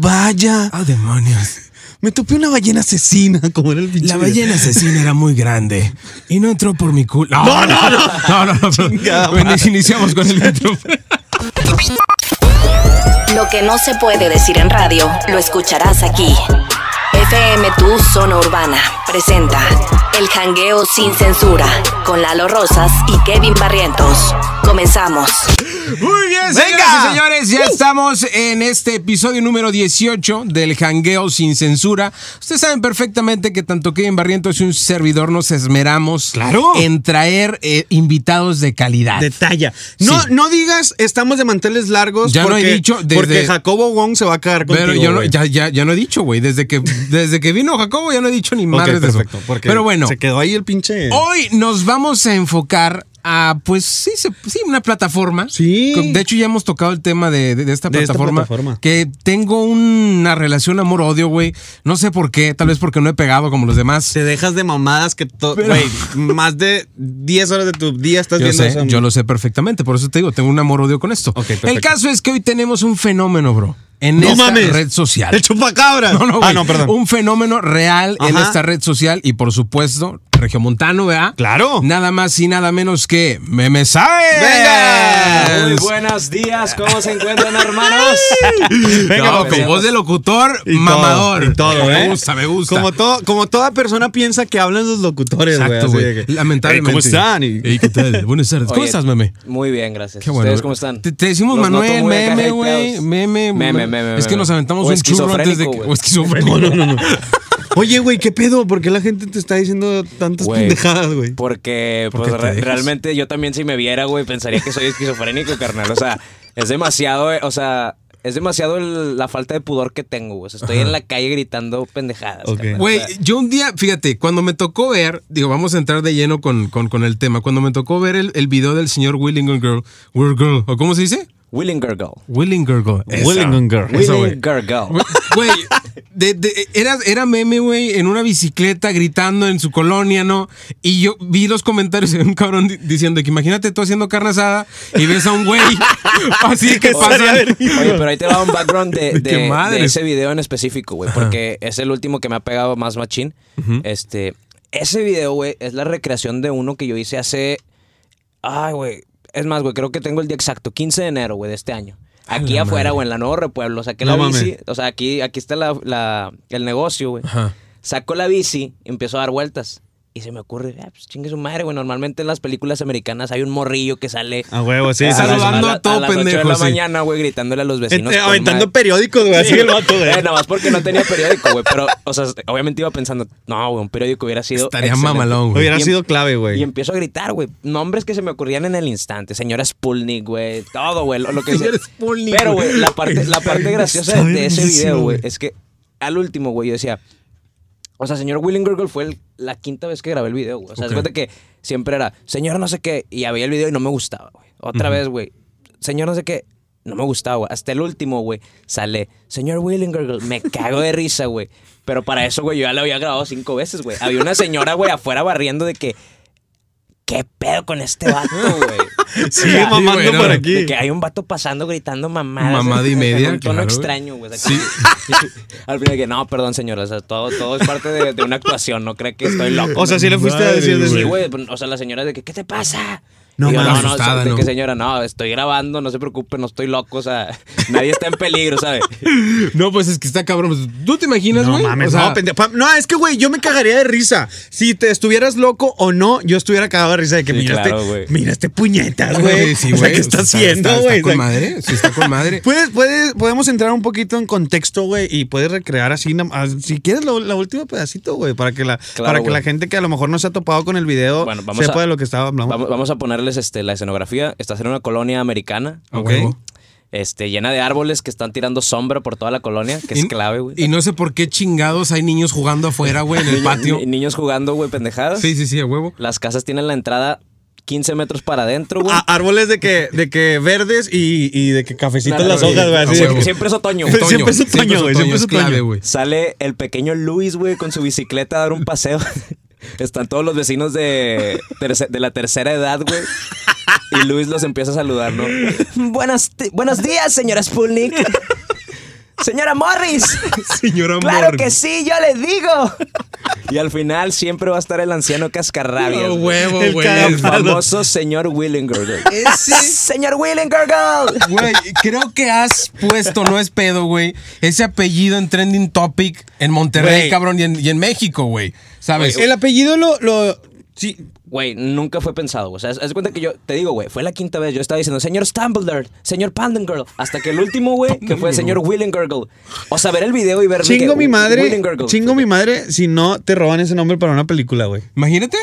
playa. Ah, demonios. Oh, Me topé una ballena asesina, como era el pinche. La video. ballena asesina era muy grande y no entró por mi culo. No, no, no. No, no, no. Chingada Bueno, iniciamos con el intro. Lo que no se puede decir en radio, lo escucharás aquí. FM Tu Zona Urbana presenta El Jangueo Sin Censura con Lalo Rosas y Kevin Barrientos. Comenzamos. Muy bien, señoras y señores, ya estamos en este episodio número 18 del Jangueo sin Censura. Ustedes saben perfectamente que tanto Kevin Barrientos y un servidor nos esmeramos Claro. en traer eh, invitados de calidad. De talla. No, Sí. no digas estamos de manteles largos. Ya lo porque, he dicho desde- porque Jacobo Wong se va a quedar contigo. Pero yo no, güey. ya, ya, ya no he dicho, güey. Desde que, desde que vino Jacobo ya no he dicho ni Ok, más de eso. perfecto, porque Pero bueno, Oh. Se quedó ahí el pinche. Hoy nos vamos a enfocar a, pues sí, se- sí, una plataforma. Sí. Con- De hecho, ya hemos tocado el tema de, de- de esta, De esta plataforma, plataforma. Que tengo una relación amor-odio, güey. No sé por qué, tal vez porque no he pegado como los demás. Te dejas de mamadas que to- Pero- güey, más de 10 horas de tu día estás Yo viendo sé, eso. yo lo sé perfectamente, por eso te digo, tengo un amor-odio con esto. Ok, perfecto. el caso es que hoy tenemos un fenómeno, bro, en No esta mames. red social. El chupacabra. No, no, güey. ah, no, perdón. Un fenómeno real en Ajá. esta red social y por supuesto, regiomontano, ¿verdad? Claro. Nada más y nada menos que Meme Saez. ¡Venga! Muy buenos días, ¿cómo se encuentran, hermanos? Venga, No, papi. con voz de locutor Y todo, mamador. y todo, ¿eh? Me gusta, me gusta. Como, todo, como toda persona piensa que hablan los locutores, güey. Exacto, así de güey. que, Lamentablemente. "Ey, ¿Cómo están? Y- Ey, ¿qué tal? Buenas tardes. ¿Cómo Oye, estás, meme? Muy bien, gracias. Qué bueno. ¿Ustedes cómo están? Te, te decimos Los Manuel, noto muy acá meme, güey. hypeados. Meme, meme, meme. Es que nos aventamos O un churro antes de que. esquizofrénico, güey. O esquizofrénico. Oye, güey, ¿qué pedo? ¿Por qué la gente te está diciendo tantas Güey, pendejadas, güey? Porque ¿Por qué pues, te re- dejas? realmente yo también si me viera, güey, pensaría que soy esquizofrénico, carnal. O sea, es demasiado, eh, o sea, es demasiado el- la falta de pudor que tengo, güey. O sea, estoy en la calle gritando pendejadas. Ok. carnal. O Güey, sea, yo un día, fíjate, cuando me tocó ver, digo, vamos a entrar de lleno con, con, con el tema. Cuando me tocó ver el, el video del señor Willinger Girl, Will Girl, ¿o cómo se dice? Willing Girl. Willinger Girl. Esa. Willingen Girl. Esa, güey. Willing Girl. Güey, Güey, de- de- era, era meme, güey, en una bicicleta gritando en su colonia, ¿no? Y yo vi los comentarios de un cabrón di- diciendo que imagínate tú haciendo carne asada y ves a un güey así que Estaría pasa. verga. Oye, pero ahí te va un background de, ¿De qué de- de madres? ese video en específico, güey. Porque es el último que me ha pegado más machín. Este. Ese video, güey, es la recreación de uno que yo hice hace. Ay, güey. Es más, güey, creo que tengo el día exacto, 15 de enero, güey, de este año. Aquí afuera, güey, en la Nuevo Repueblo. Saqué No la mames. bici. O sea, aquí, aquí está la, la- el negocio, güey. Ajá. Saco la bici, empiezo a dar vueltas. Y se me ocurre, ah, pues chingue su madre, güey. Normalmente en las películas americanas hay un morrillo que sale A huevo, sí, Ah, sí, sí, sí. Saludando a todo las ocho pendejo, de la sí. mañana, güey, gritándole a los vecinos. Este, con aventando madre. periódicos, güey. Así el vato, güey. Eh, nada más porque no tenía periódico, güey. Pero, o sea, obviamente iba pensando, no, güey, un periódico hubiera sido. Estaría excelente". mamalón, güey. Hubiera Y em- sido clave, Y güey. empiezo a gritar, güey. Nombres que se me ocurrían en el instante. Señora Spulnik, güey. Todo, güey. Lo, lo que sea. Señora Spulnik, Pero, güey, la güey. parte, la parte graciosa Está de, de ese buenísimo, video, güey, güey. es que al último, güey, yo decía. O sea, señor Willing Gurgle fue el- la quinta vez que grabé el video, güey. O sea, Ok. es cuenta que siempre era, señor no sé qué, y ya veía el video y no me gustaba, güey. Otra vez, güey, señor no sé qué, no me gustaba, güey. Hasta el último, güey, sale, señor Willing Gurgle, me cago de risa, güey. Pero para eso, güey, yo ya lo había grabado cinco veces, güey. Había una señora, güey, afuera barriendo de que, ¿qué pedo con este vato, güey? Sí, Ya, mamando güey, no, por de aquí. de que hay un vato pasando gritando mamadas. Mamada y con media, Un tono claro, güey. extraño, güey. de que- Al final que, no, perdón, señor. O sea, todo, todo es parte de, de una actuación. No cree que estoy loco. O sea, sí le fuiste a Madre, decir Sí, desde- güey. pues, O sea, la señora de que, ¿qué te pasa? No, Y yo, mames, no, no, asustada, de ¿no? que señora, no, estoy grabando, no se preocupe, no estoy loco, o sea, nadie está en peligro, ¿sabes? No, pues es que está cabrón. ¿Tú te imaginas, No güey? mames, O sea, no, pendejo. Pa- No, es que, güey, yo me cagaría de risa. Si te estuvieras loco o no, yo estuviera cagado de risa de que Sí, mira, claro, este, güey. mira este puñetas, güey. Sí, o sea, güey, ¿qué está está- haciendo, está- güey? Pues, O sea, Está con madre, sí, está con madre. Puedes, puedes, podemos entrar un poquito en contexto, güey, y puedes recrear así, nam- ah, si quieres, lo, la última pedacito, güey, para que la, Claro, para que güey. la gente que a lo mejor no se ha topado con el video Bueno, vamos sepa a- de lo que estaba hablando. Vamos, vamos a ponerles este, la escenografía. Estás en una colonia americana, A ok. huevo. este, llena de árboles que están tirando sombra por toda la colonia, que es Y- clave, güey. Y no sé por qué chingados hay niños jugando afuera, güey, en el patio. Ni- niños jugando, güey, pendejadas. Sí, sí, sí, a huevo. Las casas tienen la entrada 15 metros para adentro, güey. A- Ah, árboles de que, de que verdes y, y de que cafecitas Claro, las güey. hojas, güey. Ah, así de huevo. Siempre, que- siempre es otoño. Siempre es otoño, güey, siempre es es clave, otoño. güey. Sale el pequeño Luis, güey, con su bicicleta a dar un paseo. Están todos los vecinos de, terce- de la tercera edad, güey. Y Luis los empieza a saludar, ¿no? Buenas, ti- buenos días, señora Spulnik. Señora Morris. Señora claro Morgan. que sí, yo le digo. Y al final siempre va a estar el anciano No, cascarrabias. güey. huevo, El güey. cagapalo. El famoso señor Willengurgle. Ese. Señor Willengurgle. Güey, creo que has puesto, no es pedo, güey, ese apellido en Trending Topic en Monterrey, Güey. cabrón, y en, y en México, güey. ¿Sabes? El apellido lo. lo sí. Güey, nunca fue pensado. güey. O sea, haz haz cuenta que yo, te digo, güey, fue la quinta vez. Yo estaba diciendo, señor Stumbledore, señor Pandengirl. Hasta que el último, güey, que fue el señor Willengurgle. O sea, ver el video y ver. de Chingo que, mi madre. Willengurgle. Chingo mi madre si no te roban ese nombre para una película, güey. Imagínate.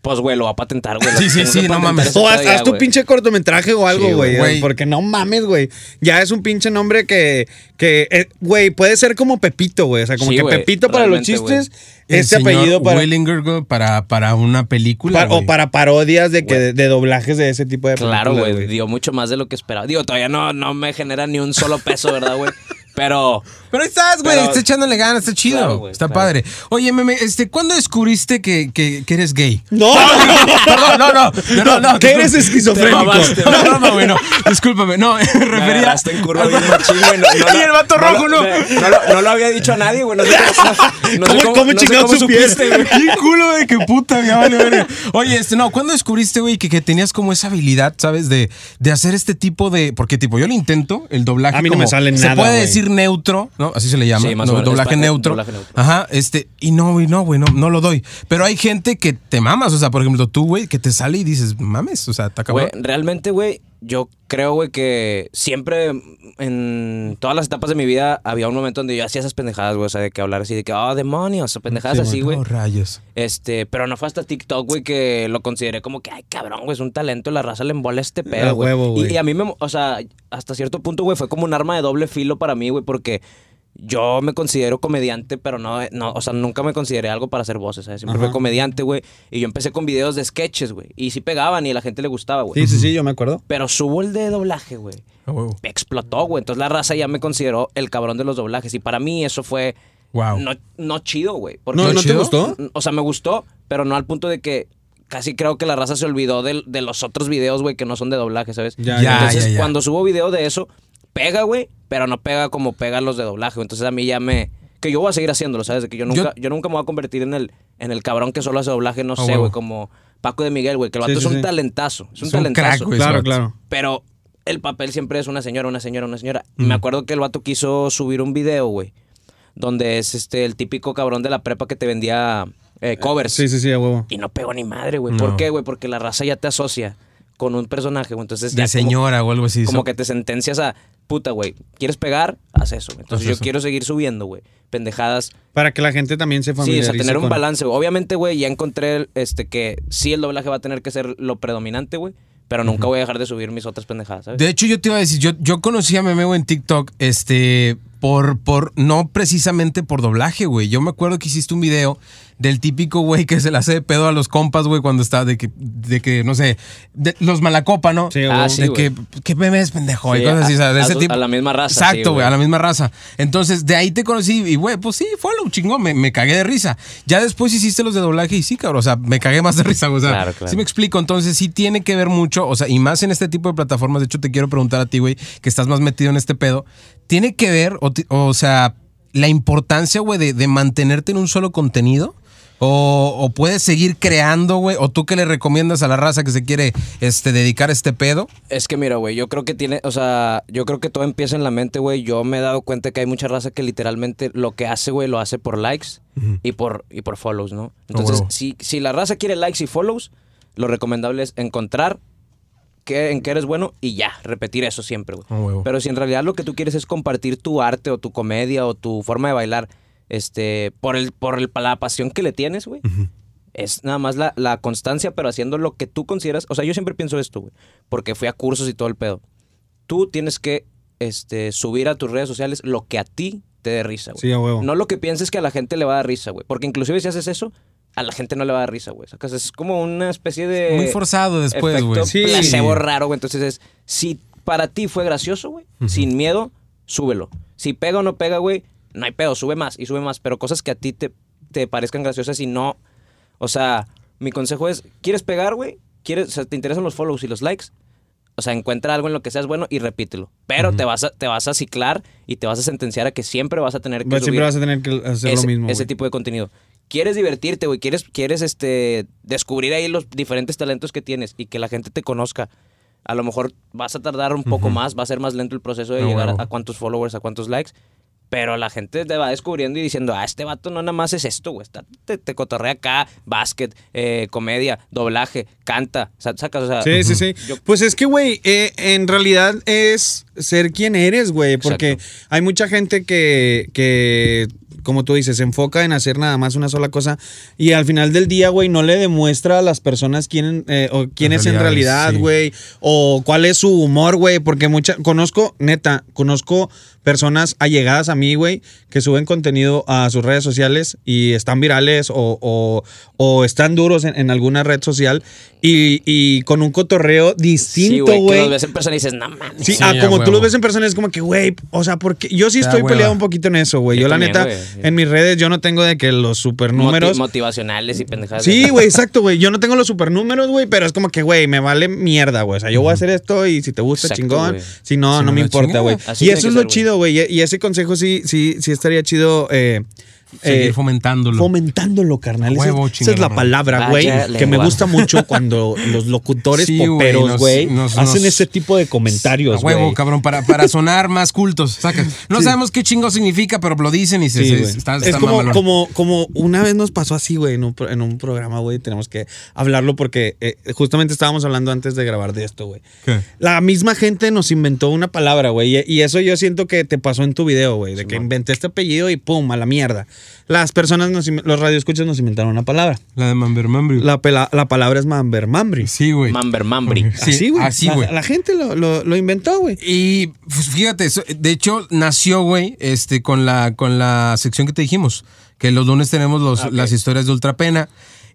Pues, güey, lo va a patentar, güey. Sí, sí, Tengo sí, que no patentar mames. esa O haz, todavía, haz tu güey. pinche cortometraje o algo, Sí, güey. güey. porque no mames, güey. Ya es un pinche nombre que, que eh, güey, puede ser como Pepito, güey. O sea, como Sí, que güey, Pepito para los realmente, güey. chistes, este apellido para, Willinger, güey, para, para una película. para- o güey. para parodias de que Güey. de, de doblajes de ese tipo de Claro, películas, güey, dio mucho más de lo que esperaba. Digo, todavía no, no me genera ni un solo peso, ¿verdad, güey? Pero. Pero ahí estás, güey, Pero- está echándole ganas, está chido. Claro, güey, está claro. padre. Oye, meme, este, ¿cuándo descubriste que, que, que eres gay? No, Perdón, no, no, no, no, no. Que eres esquizofrénico. Te mamaste, No, no, no, güey, no. Discúlpame, no, me Me refería. agarraste en curva bien machín, güey. No, no Y lo- el vato rojo, lo- ¿no? No, lo- no lo había dicho a nadie, güey. No sé cómo, no sé ¿Cómo- cómo no sé chingados supiste? güey. Qué culo, güey, qué puta, ya vale, verga. Oye, este, no, ¿cuándo descubriste, güey, que, que tenías como esa habilidad, sabes, de, de hacer este tipo de. Porque, tipo, yo lo intento, el doblaje. A mí no como- me sale Se nada, puede güey. decir neutro, ¿no? Así se le llama. Sí, más no, o menos. doblaje, Es pa- neutro. doblaje neutro. Ajá, este. Y no, güey, no, güey, no, no lo doy. Pero hay gente que te mamas, o sea, por ejemplo, tú, güey, que te sale y dices, mames, o sea, te acabó. Güey, realmente, güey, yo creo, güey, que siempre en todas las etapas de mi vida había un momento donde yo hacía esas pendejadas, güey, o sea, de que hablar así de que, oh, demonios, o pendejadas así, güey. No, rayos. Este, pero no fue hasta TikTok, güey, que lo consideré como que, ay, cabrón, güey, es un talento, la raza le embola este A pedo, güey. huevo, Y- güey. Y, a mí me, o sea, hasta cierto punto, güey, fue como un arma de doble filo para mí, güey, porque yo me considero comediante, pero no, no, o sea, nunca me consideré algo para hacer voces, ¿sabes? Siempre Ajá. fui comediante, güey, y yo empecé con videos de sketches, güey, y sí pegaban y a la gente le gustaba, güey. Sí, sí, sí, yo me acuerdo. Pero subo el de doblaje, güey. A huevo. Explotó, güey. Entonces la raza ya me consideró el cabrón de los doblajes. Y para mí eso fue Wow. no, no chido, güey. Porque- ¿No, ¿no te chido? gustó? o sea, me gustó, pero no al punto de que casi creo que la raza se olvidó del- de, los otros videos, güey, que no son de doblaje, ¿sabes? Ya, ya, Entonces, ya, ya. cuando subo video de eso, pega, güey, pero no pega como pegan los de doblaje. Entonces a mí ya me. Que yo voy a seguir haciéndolo, ¿sabes? De Que yo nunca, yo, nunca me voy a convertir en el, en el cabrón que solo hace doblaje, no sé, huevo. güey, como Paco de Miguel, güey, que el Sí, vato sí, es un sí. talentazo. Es un Es un talentazo. crack, güey. Claro, Exacto. claro. Pero el papel siempre es una señora, una señora, una señora. Me acuerdo que el vato quiso subir un video, güey, donde es este el típico cabrón de la prepa que te vendía eh, covers. Sí, sí, sí, a huevo. Y no pegó ni madre, güey. No. ¿Por qué, güey? Porque la raza ya te asocia con un personaje, güey. Entonces ya De como- señora o algo así. como so- que te sentencias a, puta, güey, ¿quieres pegar? Haz eso. güey. Entonces Haz yo eso. quiero seguir subiendo, güey. Pendejadas Para que la gente también se Sí, o familiarice. sea, tener un con- balance, güey. Obviamente, güey, ya encontré el- este que sí el doblaje va a tener que ser lo predominante, güey. Pero nunca voy a dejar de subir mis otras pendejadas, ¿sabes? De hecho, yo te iba a decir, yo, yo conocí a Memeo en TikTok, este, por, por, no precisamente por doblaje, güey. Yo me acuerdo que hiciste un video del típico güey que se le hace de pedo a los compas, güey, cuando está de que, de que, no sé, de- los malacopa, ¿no? Sí, a Ah, huevo. sí. de güey. que, ¿qué meme es pendejo? y Sí, cosas así, o sea, de a- ese a- tipo. a la misma raza, sí, Exacto, güey, güey. a la misma raza. Entonces, de ahí te conocí y, güey, pues sí, follow, chingón, me, me cagué de risa. Ya después hiciste los de doblaje y sí, cabrón, o sea, me cagué más de risa, güey, o sea, Claro, claro. sí me explico, entonces sí tiene que ver mucho, o sea, y más en este tipo de plataformas, de hecho te quiero preguntar a ti, güey, que estás más metido en este pedo, tiene que ver, o, ti- o sea, la importancia, güey, de, de mantenerte en un solo contenido. O, o puedes seguir creando, güey. O tú que le recomiendas a la raza que se quiere este, dedicar a este pedo. Es que mira, güey, yo creo que tiene, o sea, yo creo que todo empieza en la mente, güey. Yo me he dado cuenta que hay mucha raza que literalmente lo que hace, güey, lo hace por likes y por y por follows, ¿no? Entonces, huevo. si, si la raza quiere likes y follows, lo recomendable es encontrar qué, en qué eres bueno y ya, repetir eso siempre, güey. A huevo. Pero si en realidad lo que tú quieres es compartir tu arte o tu comedia o tu forma de bailar, este, por el, por el, la pasión que le tienes, güey. Es nada más la, la constancia, pero haciendo lo que tú consideras. O sea, yo siempre pienso esto, güey. Porque fui a cursos y todo el pedo. Tú tienes que este, subir a tus redes sociales lo que a ti te dé risa, güey. Sí, a huevo. No lo que pienses que a la gente le va a dar risa, güey. Porque inclusive si haces eso, a la gente no le va a dar risa, güey. Sacas, es como una especie de... Muy forzado después, efecto güey. Sí. placebo raro, güey. Entonces es, si para ti fue gracioso, güey, sin miedo, súbelo. Si pega o no pega, güey, no hay pedo, sube más y sube más. Pero cosas que a ti te, te parezcan graciosas y no... O sea, mi consejo es, ¿quieres pegar, güey? ¿Quieres, o sea, ¿Te interesan los follows y los likes? O sea, encuentra algo en lo que seas bueno y repítelo. Pero te, vas a, te vas a ciclar y te vas a sentenciar a que siempre vas a tener que Pero subir Pues Siempre vas a tener que hacer ese, lo mismo. ese güey. tipo de contenido. Quieres divertirte, güey. Quieres, quieres este, descubrir ahí los diferentes talentos que tienes y que la gente te conozca. A lo mejor vas a tardar un poco más, va a ser más lento el proceso de Ah, llegar huevo. a, a cuántos followers, a cuántos likes. Pero la gente te va descubriendo y diciendo, ah, este vato no nada más es esto, güey. está- Te, te cotorrea acá, básquet, eh, comedia, doblaje, canta. sa- Sacas, o sea, Sí, sí, sí. Yo- Pues es que, güey, eh, en realidad es ser quien eres, güey. Porque hay mucha gente que, que, como tú dices, se enfoca en hacer nada más una sola cosa. Y al final del día, güey, no le demuestra a las personas quién, eh, o quién En es en realidad, realidad, sí. güey. O cuál es su humor, güey. Porque mucha, conozco, neta, conozco personas allegadas a mí, güey, que suben contenido a sus redes sociales y están virales o, o- o están duros en, en alguna red social y, y con un cotorreo sí, distinto, güey. que los güey. ves en persona y dices, no mames. Sí, Sí, ah, a como tú huevo. los ves en persona es como que, güey, o sea, porque yo sí Da estoy hueva. peleado un poquito en eso, güey. Yo Yo, la también, neta, güey. en mis redes yo no tengo de que los moti- supernúmeros... motivacionales y pendejadas. Sí, güey, exacto, güey. Yo no tengo los supernúmeros, güey, pero es como que, güey, me vale mierda, güey. O sea, yo voy a hacer esto y si te gusta, Exacto, chingón. güey. Si no, Si no no, me la importa, chingada. güey. Así Y eso tiene que es ser, lo güey. chido, güey. Y- Y ese consejo sí, sí, sí estaría chido. eh, Seguir eh, fomentándolo. Fomentándolo, carnal. Esa, Huevo, es- esa es la chingada, palabra, Vaya güey, que me lengua. gusta mucho cuando los locutores Sí, güey, poperos, nos- güey, nos- hacen nos- ese tipo de comentarios, A huevo, güey. cabrón, para, para sonar más cultos. saca. No sabemos qué chingo significa, pero lo dicen y se, Sí, se- güey. está, es está como, mamalón. como, como una vez nos pasó así, güey, en un, pro- en un programa, güey. Tenemos que hablarlo porque eh, justamente estábamos hablando antes de grabar de esto, güey. ¿Qué? La misma gente nos inventó una palabra, güey. y- Y eso yo siento que te pasó en tu video, güey. De que inventé este apellido y pum, a la mierda. Las personas, nos, in- los radioescuchas nos inventaron una palabra. La de Mamber Mamber. La, pela- la palabra es mamber mambri. Sí, güey. Mamber Mambri. Sí, así, güey. así, La- güey. La, gente lo, lo- lo inventó, güey. Y pues, fíjate, so- de hecho nació, güey, este, con la, con la sección que te dijimos, que los lunes tenemos los- las historias de ultrapena.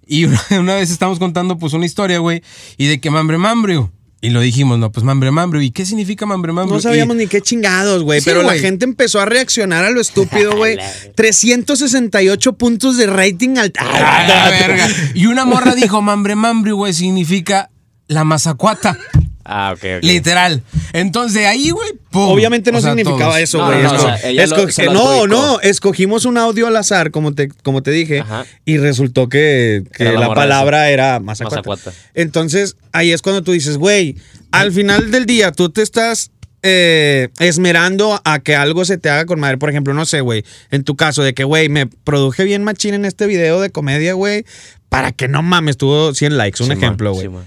Y una, una vez estamos contando, pues, una historia, güey, y de que mambre mambrio. Y lo dijimos, no, pues mambre mambrio. ¿Y qué significa mambre mambrio? No sabíamos Y- ni qué chingados, güey. Sí, pero güey. la gente empezó a reaccionar a lo estúpido, güey. 368 puntos de rating al. ¡Ah, la verga! Y una morra dijo, mambre mambrio, güey, significa la mazacuata. Ah, ok, ok. Literal. Entonces, de ahí, güey, pum. Obviamente no O sea, significaba todos. eso, No, güey. no, Es no, como- o sea, ella lo- escog- se lo no, adjudicó. no, escogimos un audio al azar, como te, como te dije, Ajá. y resultó que, que Era la la, morra palabra era mazacuata. Mazacuata. Entonces, ahí es cuando tú dices, güey, al final del día tú te estás eh, esmerando a que algo se te haga con madre. Por ejemplo, no sé, güey, en tu caso de que, güey, me produje bien machín en este video de comedia, güey, para que no mames, tuvo 100 likes, un Simón, ejemplo, güey Simón.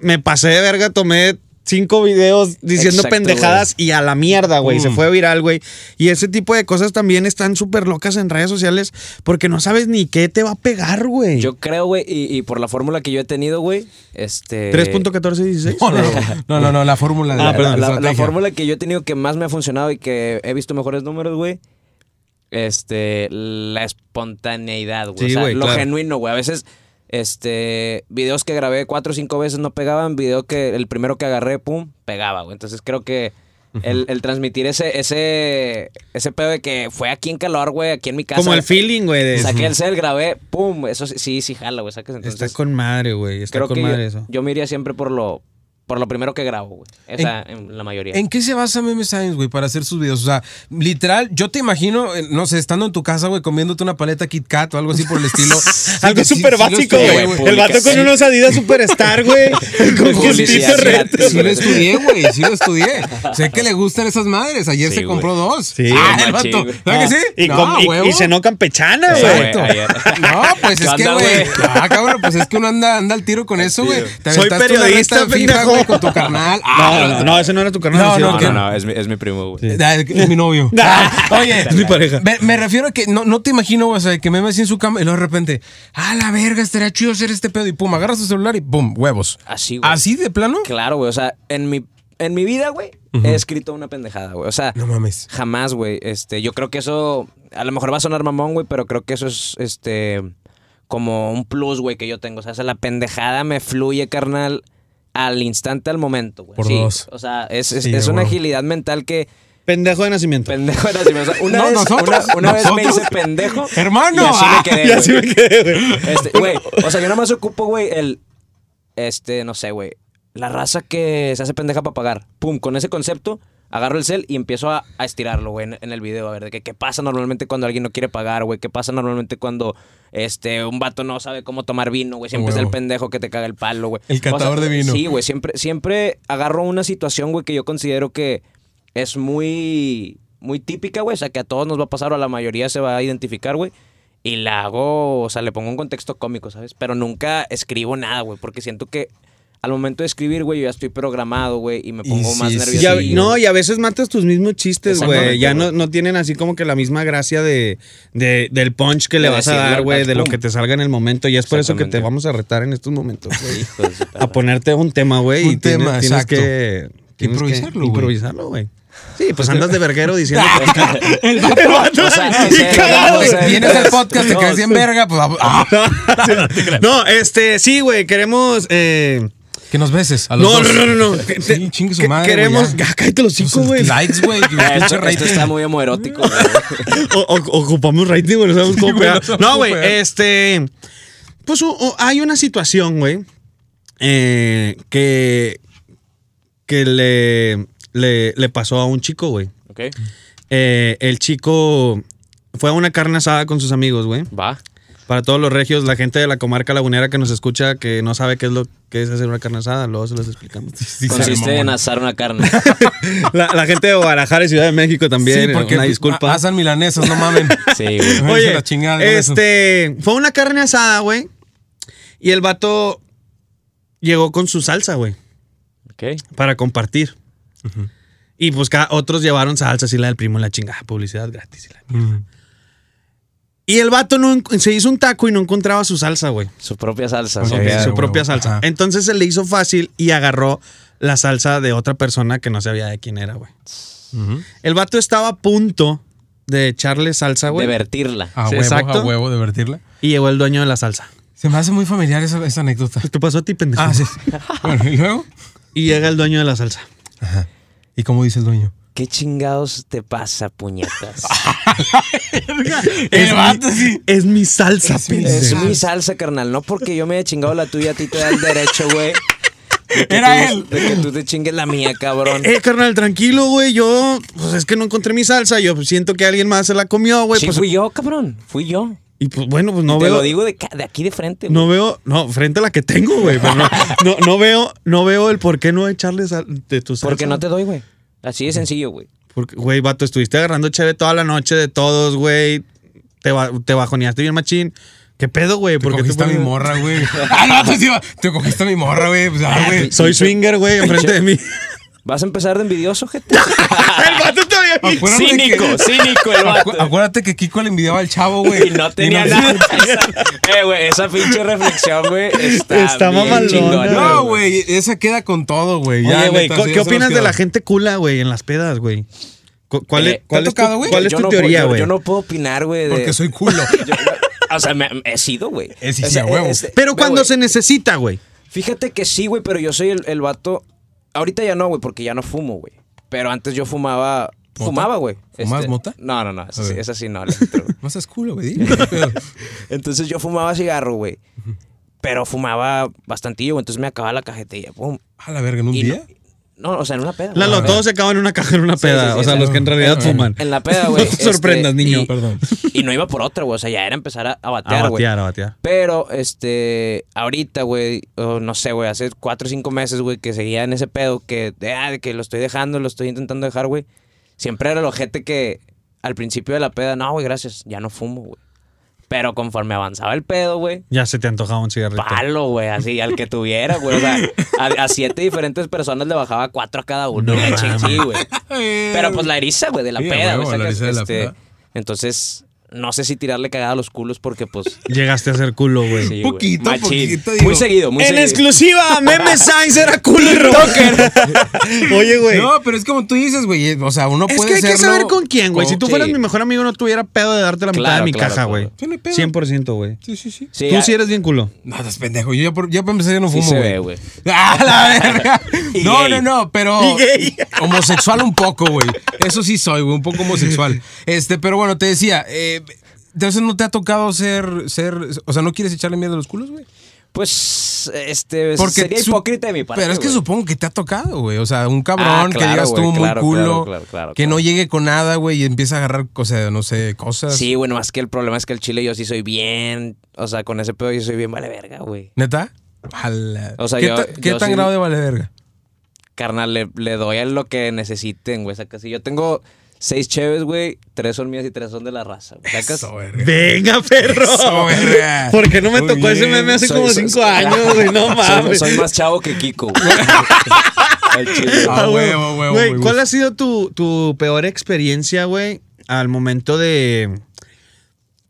me pasé de verga, tomé cinco videos diciendo Exacto, pendejadas y a la mierda, güey. Se Mm. fue viral, güey. Y ese tipo de cosas también están súper locas en redes sociales porque no sabes ni qué te va a pegar, güey. Yo creo, güey, y, y por la fórmula que yo he tenido, güey, este... 3.1416. No, no, no, no, no, no, la fórmula. de Ah, la- perdón. La- la la, la estrategia. fórmula que yo he tenido que más me ha funcionado y que he visto mejores números, güey. Este, la espontaneidad, güey. Sí, o sea, güey, lo claro. genuino, güey. A veces, este, videos que grabé cuatro o cinco veces no pegaban, video que el primero que agarré, pum, pegaba, güey. Entonces creo que el, el transmitir ese, ese, ese pedo de que fue aquí en calor, güey, aquí en mi casa. Como el feeling, güey. de- Saqué el cel, grabé, pum, eso sí- sí, sí jala, güey. Saques entonces. Está con madre, güey. Está creo con que madre yo, eso. yo me iría siempre por lo, por lo primero que grabo, güey. O En- sea, en la mayoría. ¿En qué se basa Meme Science, güey, para hacer sus videos? O sea, literal, yo te imagino, eh, no sé, estando en tu casa, güey, comiéndote una paleta Kit Kat o algo así por el estilo. Algo súper Sí, sí, sí lo básico, estudié, güey. güey, El vato con publicación. unos Adidas Superstar, güey. con Publicidad justicia red. gratis. Sí lo estudié, güey, sí lo estudié. Sé que le gustan esas madres. Ayer Sí, se compró dos. Sí, Ah, ah, el machín, vato. güey. ¿Verdad que sí? Y, No, con- y- huevo. y cenó campechana, Sí, güey. Exacto. ayer. No, pues ¿Qué es que, onda, güey. güey? Ah, cabrón, pues es que uno anda, anda al tiro con eso, güey. Te Soy aventaste una periodista, reta de FIFA, pendejo. güey, con tu carnal. Ah, No, no, no, ese no era tu canal. No, ¿sí? no, No, que- no, no, es mi, es mi primo, Eh, güey. Ah, Es mi novio. Ah, Oye, es mi pareja. Me, me refiero a que no, no te imagino, güey, o sea, que me así en su cama y luego de repente, ah, la verga, estaría chido hacer este pedo y pum, agarras tu celular y pum, huevos. Así, güey. ¿Así de plano? Claro, güey. O sea, en mi, en mi vida, güey, he escrito una pendejada, güey. O sea, No mames. jamás, güey. Este, yo creo que eso, a lo mejor va a sonar mamón, güey, pero creo que eso es, este, como un plus, güey, que yo tengo. O sea, esa- la pendejada me fluye, carnal, al instante, al momento, güey. Por Sí, dos. O sea, es, es- Sí, es una güey. agilidad mental que... Pendejo de nacimiento. Pendejo era así, o sea, una No, vez, nosotros, una, una vez me nosotros. hice pendejo. Hermano, y así ah, me quedé, Y así me güey. quedé, güey. Este, güey, o sea, yo nada más ocupo, güey, el. Este, no sé, güey. La raza que se hace pendeja para pagar. Pum, con ese concepto agarro el cel y empiezo a, a estirarlo, güey, en, en el video. A ver, de que, qué pasa normalmente cuando alguien no quiere pagar, güey. Qué pasa normalmente cuando este, un vato no sabe cómo tomar vino, güey. Siempre es Huevo. el pendejo que te caga el palo, güey. El catador de vino. Sí, güey. Siempre, siempre agarro una situación, güey, que yo considero que es muy, muy típica, güey. O sea, que a todos nos va a pasar o a la mayoría se va a identificar, güey. Y la hago, o sea, le pongo un contexto cómico, ¿sabes? Pero nunca escribo nada, güey, porque siento que al momento de escribir, güey, yo ya estoy programado, güey, y me Y pongo sí, más sí, nervioso. Pero Ya- sí, no, y a veces matas tus mismos chistes, güey. Exactamente, Ya no, güey. no tienen así como que la misma gracia de, de- del punch que le De vas a decirle dar, al güey, punch, de lo pum. que te salga en el momento. Y es por eso que te Exactamente. vamos a retar en estos momentos, güey. Hijo de su perra. A ponerte un tema, güey. Un y tiene- tema, tienes exacto. que tienes que Improvisarlo, güey. Improvisarlo, güey. Sí, pues andas de verguero diciendo que El O sea, Y ese- cagado, o sea, Vienes al podcast, te no, caes en verga, pues. ah, No, este, sí, güey, queremos. eh, que nos beses. A los no, dos. no, no, no, no. Sí, Te- chingue su que- madre. Queremos. güey, ya. Ah, cállate los cinco, Pues, güey. Likes, güey. que Ah, escucha Esto, esto rating. está muy homoerótico, güey. O- o- ocupamos rating, güey, no sabemos Sí, cómo güey, no pegar. sabemos No, cómo güey, pegar. este. Pues o- o hay una situación, güey, eh, que. que le, le, le pasó a un chico, güey. Ok, Eh, el chico fue a una carne asada con sus amigos, güey. va. Para todos los regios, la gente de la comarca lagunera que nos escucha, que no sabe qué es lo que es hacer una carne asada, luego se los explicamos. Sí, Consiste sí, en mamón. asar una carne. La, la gente de Guadalajara y Ciudad de México también, Sí, porque pues, una disculpa. a- Hacen milanesas, no mamen. Sí, güey. Váyanse a Oye, la chingada con eso. este, fue una carne asada, güey, y el vato llegó con su salsa, güey, Ok. para compartir. Y pues ca- otros llevaron salsa, y la del primo, la chingada, Ah, publicidad gratis. y la- Mm. Y el vato no, en- se hizo un taco y no encontraba su salsa, güey. Su propia salsa. Ok, sí, Ok, ya, su huevo, güey. propia salsa. ajá. Entonces se le hizo fácil y agarró la salsa de otra persona que no sabía de quién era, güey. Ujú. El vato estaba a punto de echarle salsa, güey. Divertirla. A Sí, huevo, exacto. a huevo, divertirla. Y llegó el dueño de la salsa. Se me hace muy familiar esa, esa anécdota. Pues te pasó a ti, pendejo. Ah, sí. Bueno, y luego. Y llega el dueño de la salsa. ¿Y cómo dice el dueño? ¿Qué chingados te pasa, puñetas? El vato, sí. Es mi salsa, Es mi pendejo. es salsa. mi salsa, carnal. No porque yo me haya chingado la tuya, a ti te da el derecho, güey. de que Era tú- él. De que tú te chingues la mía, cabrón. Eh, carnal, tranquilo, güey. Yo, pues es que no encontré mi salsa. Yo siento que alguien más se la comió, güey. sí, pues, fui yo, cabrón. Fui yo. y pues bueno, pues no te veo. lo digo de, ca- de aquí de frente. No veo, no, frente a la que tengo, güey. pero No, no, no veo, no veo el por qué no echarle sal- de tu salsa. Porque no te doy, güey. Así de sencillo, güey. Porque, güey, vato, estuviste agarrando cheve toda la noche de todos, güey. Te, ba- te bajoneaste bien machín. ¿Qué pedo, güey? Te ¿Por qué te cogiste a mi pones- morra, güey. Ah, no, tú sí, va. te cogiste a mi morra, güey. Pues, ah, güey. Soy swinger, güey, enfrente de mí. el ¿Vas a empezar de envidioso, gente? vato está bien Acuérdate que- cínico el Acu- acuérdate que Kiko le envidiaba al chavo, güey. Y no tenía no- nada. Esa, eh, güey, esa pinche reflexión, güey, está, Está bien mamalona, chingona, No, güey, esa queda con todo, güey. Ya, Oye, güey, neta, ¿co- sí, ¿qué ya se nos opinas de quedó. la gente cula, güey, en las pedas, güey? Cu- ¿Cuál, Eh, es- ¿te cuál ha es tu- tocado, güey? cuál es Yo tu no puedo- teoría, yo- güey? Yo no puedo opinar, güey. de- Porque soy culo. yo- o sea, me- he sido, güey. Eh, sí, O sí, sea, a huevo. este- Pero no, cuando güey. se necesita, güey. Fíjate que sí, güey, pero yo soy el, el vato. Ahorita ya no, güey, porque ya no fumo, güey. Pero antes yo fumaba. ¿Mota? Fumaba, güey. Este, ¿Fumabas mota? No, no, no. Esa, A sí, ver. esa sí no. le entro, güey. No seas culo, güey. dime, qué pedo. Entonces yo fumaba cigarro, güey. Pero fumaba bastantillo, güey. Entonces me acababa la cajetilla. Pum. A la verga, ¿en un Y día? No, no, o sea, en una peda. güey. Lalo, ver. todos se acaban en una caja en una Sí, sí, peda. sí, o sea, sí. los que en realidad En- fuman. En la peda, güey. No te sorprendas, este, niño. y- Perdón. Y no iba por otra, güey. O sea, ya era empezar a, a A batear, güey. batear, a batear. Pero, este, ahorita, güey, o no sé, güey, hace cuatro o cinco meses, güey, que seguía en ese pedo que, de, ah, de que lo estoy dejando, lo estoy intentando dejar, güey. Siempre era el ojete que al principio de la peda, no, güey, gracias, ya no fumo, güey. Pero conforme avanzaba el pedo, güey, Ya se te antojaba un cigarrito. palo, güey, así, al que tuviera, güey. O sea, a, a siete diferentes personas le bajaba cuatro a cada uno. No la chichi, güey. Pero pues la eriza, güey, de la Sí, a peda, huevo, güey. la sacas, eriza de la este, peda. Entonces, no sé si tirarle cagada a los culos porque, pues, Llegaste a ser culo, güey. Sí, güey. Poquito, Machín. poquito, digo. Muy seguido, muy en seguido. exclusiva, Meme Sainz era culo y rocker. Oye, güey. No, pero es como tú dices, güey. eh, O sea, uno es puede que hay que serlo saber con quién, güey. Si tú Sí. fueras mi mejor amigo, no tuviera pedo de darte la mitad Claro, de mi claro, caja, claro. güey. Sí, no hay pedo. 100%, güey. Sí, sí, sí. Sí, Tú ah, sí eres bien culo. No, estás pendejo. Yo ya por, ya para empezar ya no Sí fumo, se güey. ve, güey. ¡Ah, la verga! Y No, gay. no, no, pero. Y gay. Homosexual un poco, güey. Eso sí soy, güey, un poco homosexual. Este, pero bueno, te decía, eh, entonces no te ha tocado ser, ser. O sea, ¿no quieres echarle mierda a los culos, güey? Pues, este, Porque sería su- hipócrita de mi parte. Pero es que güey. supongo que te ha tocado, güey. O sea, un cabrón Ah, que claro, digas tú güey, muy claro, culo, claro, claro, claro, que no claro. llegue con nada, güey, y empieza a agarrar, o sea, no sé, cosas. Sí, bueno, más que el problema es que el chile yo sí soy bien. O sea, con ese pedo yo soy bien vale verga, güey. ¿Neta? A la- O sea, ¿Qué, yo- ta- qué yo tan sí- grave vale verga? Carnal, le, le doy a lo que necesiten, güey. Sacas. Si yo tengo seis cheves, güey, tres son mías y tres son de la raza, güey. Sacas. Eso, Soy- verga. Venga, perro. Eso, verga. ¿Por qué no me Muy tocó ese bien. meme hace como soy- cinco años, güey? No soy- mames. Soy, más chavo que Kiko, güey. Al chile. Ah, huevo, huevo, Güey, güey, ¿cuál güey. ha sido tu, tu peor experiencia, güey, al momento de.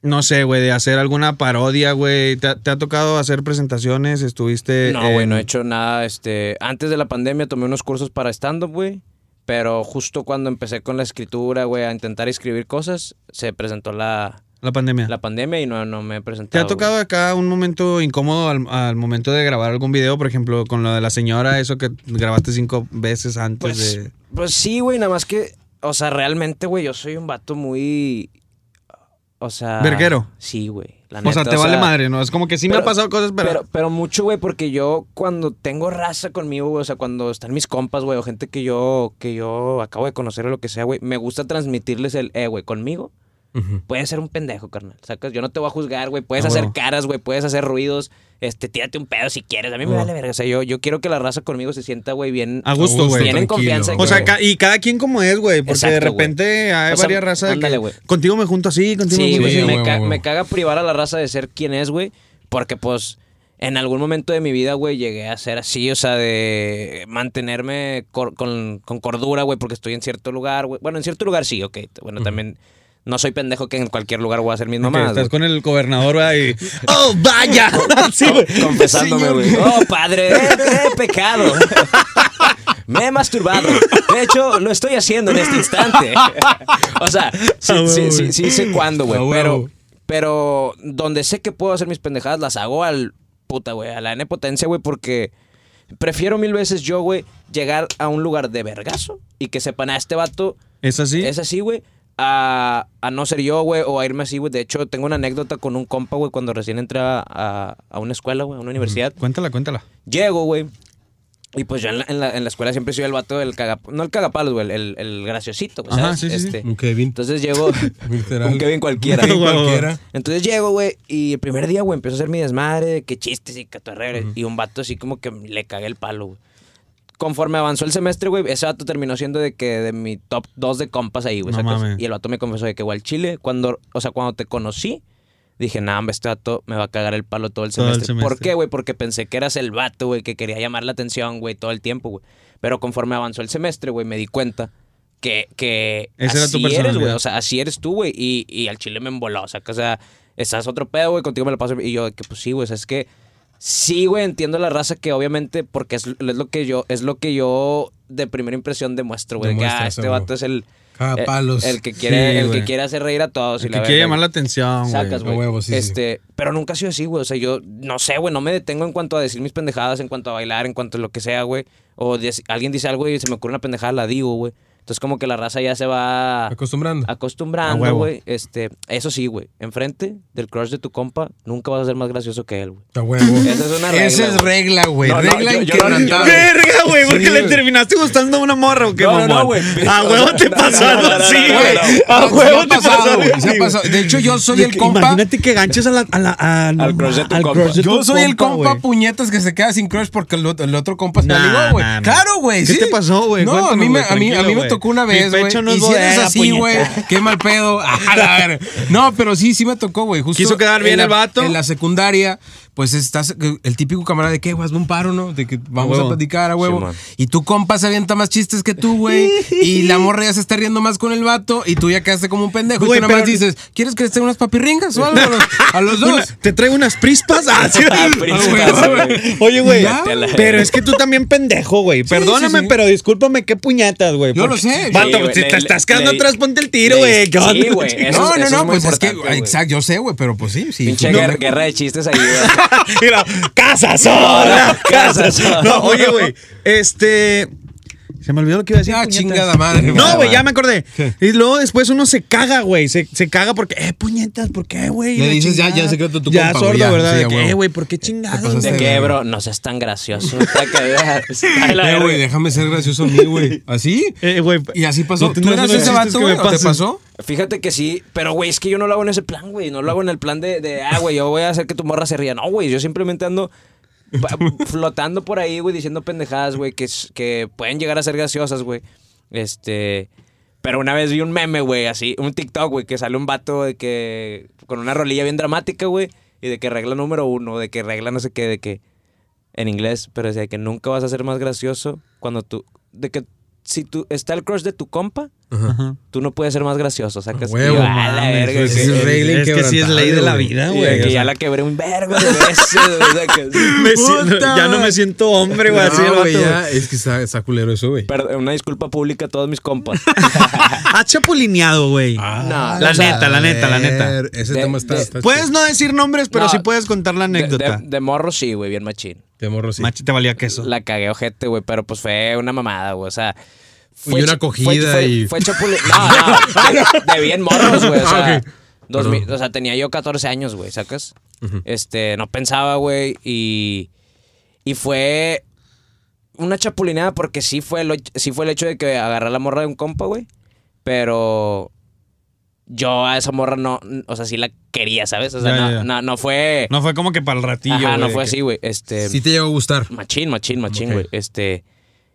No sé, güey, de hacer alguna parodia, güey. ¿Te, ha- te ha tocado hacer presentaciones? ¿Estuviste.? No, güey, en- no he hecho nada. Este, antes de la pandemia tomé unos cursos para stand-up, güey. Pero justo cuando empecé con la escritura, güey, a intentar escribir cosas, se presentó la, La pandemia. la pandemia y no, no me he presentado. ¿Te ha güey. tocado acá un momento incómodo al, al momento de grabar algún video? Por ejemplo, con lo de la señora, eso que grabaste cinco veces antes Pues, de. pues sí, güey, nada más que, o sea, realmente, güey, yo soy un vato muy. O sea. ¿Verguero? Sí, güey. la O sea, neta, te vale madre, ¿no? Es como que sí me pero- ha pasado cosas, pero. Pero, pero mucho, güey, porque yo cuando tengo raza conmigo, güey, o sea, cuando están mis compas, güey, o gente que yo, que yo acabo de conocer o lo que sea, güey, me gusta transmitirles el, eh, güey, conmigo. Puedes ser un pendejo, carnal. Sacas, yo no te voy a juzgar, güey. Puedes Ah, hacer huevo. caras, güey. Puedes hacer ruidos. Este, tírate un pedo si quieres. A mí me Huevo. vale verga. O sea, yo, yo quiero que la raza conmigo se sienta, güey, bien. Ah. A gusto, güey. Tienen tranquilo. confianza en O sea, güey. ca- y cada quien como es, güey, porque de Exacto, güey. repente hay O sea, varias razas de que ándale, güey. contigo me junto así, contigo me Sí, junto güey. Sí, así. me, güey, ca- güey. me caga privar a la raza de ser quien es, güey. Porque, pues, en algún momento de mi vida, güey, llegué a ser así. O sea, de mantenerme cor- con, con cordura, güey, porque estoy en cierto lugar, güey. Bueno, en cierto lugar sí, ok. Bueno, también no soy pendejo que en cualquier lugar voy a hacer mis Que mamadas. estás güey. con el gobernador güey, y ¡Oh, vaya! Sí, güey. Confesándome, güey. Oh, padre, he pecado. Me he masturbado. De hecho, lo estoy haciendo en este instante. O sea, sí, A Ah, sí, huevo, sí, güey. Ah, sí sé cuándo, A güey. huevo. Pero, pero donde sé que puedo hacer mis pendejadas, las hago al puta, güey. A la N potencia, güey, porque prefiero mil veces yo, güey, llegar a un lugar de vergazo y que sepan a este vato ¿Es así? es así, güey. A, a no ser yo, güey, o a irme así, güey. De hecho, tengo una anécdota con un compa, güey, cuando recién entré a, a- a una escuela, güey, a una universidad. Cuéntala, cuéntala. Llego, güey. Y pues yo en la, en la- en la escuela siempre soy el vato del cagapalos. No el cagapalos, güey, el, el graciosito, güey. Ajá, ¿sabes? Este, sí, sí, sí. Un Kevin. Entonces llego. Literal. un Kevin cualquiera. Un Kevin Huevo. cualquiera. Entonces llego, güey, y el primer día, güey, empiezo a hacer mi desmadre, de que chistes y catorreos. Y un vato así como que le cagué el palo, güey. Conforme avanzó el semestre, güey, ese vato terminó siendo de que de mi top 2 de compas ahí, güey. No ¿sacas? mames. Y el vato me confesó de que, güey, al chile, cuando, o sea, cuando te conocí, dije, nah, hombre, este vato me va a cagar el palo todo el Todo el semestre. ¿Por semestre. qué, güey? Porque pensé que eras el vato, güey, que quería llamar la atención, güey, todo el tiempo, güey. Pero conforme avanzó el semestre, güey, me di cuenta que, que Esa era tu así eres, güey. personalidad. O sea, así eres tú, güey. Y, y al chile me emboló. O sea, que, o sea, estás otro pedo, güey, contigo me lo paso. Y yo, de que pues sí, güey, o sea, es que sí, güey, entiendo la raza que obviamente, porque es, es lo que yo, es lo que yo de primera impresión demuestro, güey. de Que, ah, Demuestras, este güey. vato es el. Cada el- palos. Eh, El, que quiere, Sí, el güey. que quiere hacer reír a todos. y El la que quiere verga, llamar güey. la atención, güey. Sacas, A güey. huevo, sí, sí. este, Pero nunca ha sido así, güey. O sea, yo no sé, güey. No me detengo en cuanto a decir mis pendejadas, en cuanto a bailar, en cuanto a lo que sea, güey. O des- alguien dice algo y se me ocurre una pendejada, la digo, güey. Entonces, como que la raza ya se va Acostumbrando. Ah. A acostumbrando, huevo. güey. Este, eso sí, güey. Enfrente del crush de tu compa, nunca vas a ser más gracioso que él, güey. A huevo. Esa es una regla, Esa es güey. regla, güey. No, no, regla yo- yo no- inquebrantable. Verga, güey, porque Sí, le güey. terminaste gustando a una morra o qué, No, no, mamón? güey. A O huevo sea, te no, pasó no, algo no, no, así, no, güey. no, A Se huevo ha te pasado, pasó algo güey, se ha así, pasado. De hecho, yo soy De el que compa. Imagínate que ganches a la, a la, a- Al crush de tu al compa. crush de Yo tu soy el compa güey. puñetas que se queda sin crush porque el, otro- el otro compa se la Nah, ligó, güey. nah, nah. Claro, güey. ¿Qué sí. te pasó, güey? No, a Cuéntanos, mí, me, güey, a, mí, a mí tranquilo, me tocó una güey. vez, Mi güey. pecho no y es si eres bodega, así, güey, puñeta. qué mal pedo. Ah, la verga. no, pero sí, sí me tocó, güey. Justo Quiso quedar bien en la- el vato. En la secundaria, pues estás el típico camarada de que, güey, hazme un paro, ¿no? De que vamos huevo. a platicar a Sí, huevo. man. y tu compa se avienta más chistes que tú, güey. y la morra ya se está riendo más con el vato y tú ya quedaste como un pendejo. Güey, y tú nada más pero- dices, ¿quieres que les tenga unas papirringas o algo? A los, a los dos. Una- te traigo unas prispas. Ah, sí. Ah, prispas, Ah, güey. güey. Oye, güey. Ya, güey. Pero es que tú también pendejo, güey. Perdóname, sí, sí. pero discúlpame, qué puñetas, güey. Yo lo porque- sé. Vato, Sí, güey, si le- te le- estás quedando le- atrás, ponte el tiro, le- güey. ¿Qué sí, onda? güey, eso- no, eso no, es no, muy pues es que, importante, güey. exacto, yo sé, güey, pero pues sí, sí. Pinche No, guer- guerra de chistes ahí, güey. Mira, casa sola, Casa casa sola. sola. No, oye, güey, este... Se me olvidó lo que iba a decir. Ah, puñetas. chingada madre. No, güey, ya me acordé. ¿Qué? Y luego después uno se caga, güey. Se, se caga porque, eh, puñetas, ¿por qué, güey? Le La dices, ya, chingada. ya, secreto tu Ya compa, sordo, güey, ya, ¿verdad? sí, De ya, que, güey. "Eh, güey, ¿por qué Te chingados? pasaste De De que- que, bro, no seas tan gracioso. Está que veas. Está de la Eh, verga. güey, déjame ser gracioso a mí, güey. ¿Así? Eh, güey. Y así pasó. No ¿Tú tendrás eras unos ese chistes que vato, me güey? o ¿Te pasen. pasó? Fíjate que sí, pero güey, es que yo no lo hago en ese plan, güey. No lo hago en el plan de, de, ah, güey, yo voy a hacer que tu morra se ría. No, güey, yo simplemente ando pa- flotando por ahí, güey, diciendo pendejadas, güey, que, s- que pueden llegar a ser graciosas, güey. Este. Pero una vez vi un meme, güey, así, un TikTok, güey, que sale un vato de que. con una rolilla bien dramática, güey, y de que regla número uno, de que regla no sé qué, de que. en inglés, pero decía que nunca vas a ser más gracioso cuando tú. de que si tú. está el crush de tu compa Ajá. tú no puedes ser más gracioso. Sacas Huevo, Y yo, a Ah, la mames, verga. pues, que- sí, que- regla Es que sí es ley de la inquebrantable, vida, que güey. o ya sea. la quebré un vergo de veces. o sea, que- Me siento- Puta, ya no güey. me siento hombre, güey. así el No, vato, güey, güey. ya, es que está, está culero eso, güey. Perdón, una disculpa pública a todos mis compas. Ha Ah, chapulineado, güey. Ah, Ah. No, la o sea, neta, la neta, la neta. pues, pues, ver, Ese De- tema está. de- está Puedes chido. no decir nombres, pero pues No, sí puedes contar la de, anécdota. de- de morro sí, güey, bien machín. Te morro sí. Machi, te valía queso. La cagué ojete, güey, pero pues fue una mamada, güey. O sea. fue Y una cha- cogida fue- fue- y- Fue chapulín. No, no. De bien morros, güey. O Ah, sea, ok. dos mil- Perdón. o sea, tenía yo 14 años, güey, ¿sacas? Este, no pensaba, güey. Y. Y fue. Una chapulineada porque sí fue, el, och- sí fue el hecho de que agarré la morra de un compa, güey. Pero. Yo a esa morra no. O sea, sí la quería, ¿sabes? O sea, Ya, no, ya, ya. no, no fue. No fue como que para el ratillo. Ajá, güey, no de fue que- así, güey. Este. Sí te llegó a gustar. Machín, machín, machín, Ok. güey. Este.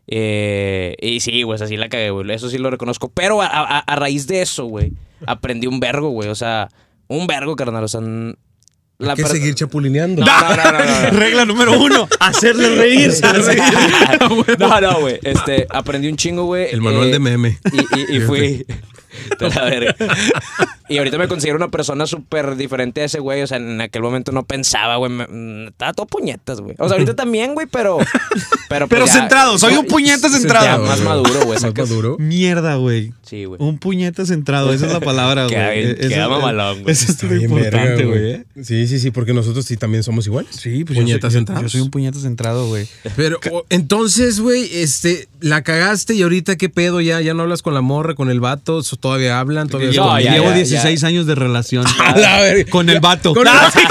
eh, y sí, güey, así la cagué, güey. Eso sí lo reconozco. Pero a, a- a raíz de eso, güey, aprendí un vergo, güey. O sea, un vergo, carnal. O sea, n- Hay la que per- seguir chapulineando. No, no, no, no, no, no. Regla número uno, hacerle reír. No, no, güey. Este, aprendí un chingo, güey. El manual eh, de meme. Y, y- y fui. Te la verga. Y ahorita me considero una persona súper diferente a ese güey. O sea, en aquel momento no pensaba, güey. me- mm, Estaba todo puñetas, güey. O sea, ahorita también, güey, pero. Pero, pues, Pero ya- centrado, soy un puñeta Ya, centrado. más güey. maduro, güey, Más sacas. maduro. Mierda, güey. Sí, güey. Un puñeta centrado, esa es la palabra, güey. Queda bien- E- eso queda es- mamalón, güey. Eso es Está lo bien verga, importante, güey. ¿eh? Sí, sí, sí, porque nosotros sí también somos iguales. Sí, pues yo puñetas soy- yo- sentados. Yo, soy un puñeta centrado, güey. Pero o- entonces, güey, este, la cagaste y ahorita qué pedo ya, ya no hablas con la morra, con el vato, so- todavía hablan, todavía No, son- ya, Llevo ya, 16 años de relación. A la verga. Con el vato. Con el- Ah, sí.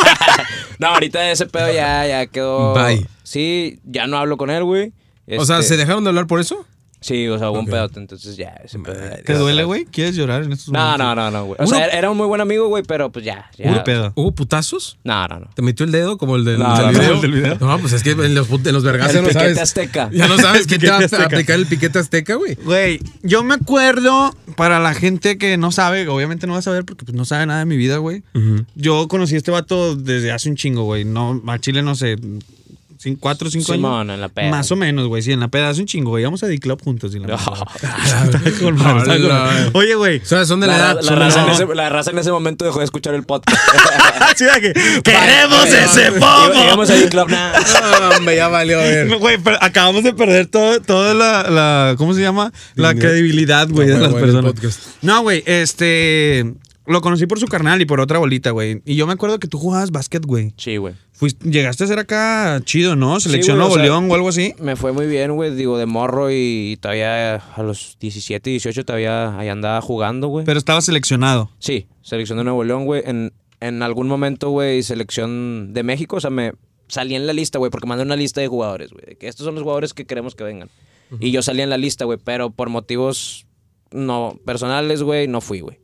No, ahorita ese pedo ya, ya quedó. Bye. Sí, ya no hablo con él, güey. O sea, Este, ¿se dejaron de hablar por eso? Sí, o sea, hubo un pedote, entonces ya, ese pedo. ya ¿Te quedó duele, atrás. güey? ¿Quieres llorar en estos No, momentos? no, no, no, güey. O sea, Puro- era un muy buen amigo, güey, pero pues ya. ya. Puro pedo. ¿Hubo putazos? No, no, no. ¿Te metió el dedo como el del, No, del no, video? como el del video. No, pues es que en los, put- en los vergazos ya El no piquete sabes. azteca. Ya no sabes El quién te va piquete a azteca. aplicar el piquete azteca, güey. Güey, yo me acuerdo, para la gente que no sabe, obviamente no va a saber porque pues, no sabe nada de mi vida, güey. Yo conocí a este vato desde hace un chingo, güey. No, a Chile no sé, cin- cuatro o cinco Simón, años. en la peda. Más o menos, güey. Sí, en la peda hace un chingo, güey. Íbamos a D-Club juntos. y la No. madre. Está con madre, está con Hola. madre. Oye, güey. O sea, son de la, ah, edad. la, son de raza en edad. ese, la raza en ese momento dejó de escuchar el podcast. Sí, de que, ¡Queremos Vale, ese vale. pomo! Llegamos a club, nah. Ah, hombre, ya valió a ver. Güey, pero acabamos de perder todo, toda la, la- ¿Cómo se llama? La Dignidad. credibilidad, güey, No, de güey, las güey, en Ah, el podcast. personas. No, güey, este. Lo conocí por su carnal y por otra bolita, güey. Y yo me acuerdo que tú jugabas básquet, güey. Sí, güey. Fuiste- llegaste a ser acá chido, ¿no? Selección güey, o Nuevo sea- León o algo así. Me fue muy bien, güey. Digo, de morro y todavía a los 17, 18 todavía ahí andaba jugando, güey. Pero estaba seleccionado. Sí, selección de Nuevo León, güey. En, en algún momento, güey, selección de México, o sea, me salí en la lista, güey, porque mandé una lista de jugadores, güey. de que Estos son los jugadores que queremos que vengan. Y yo salí en la lista, güey, pero por motivos no personales, güey, no fui, güey.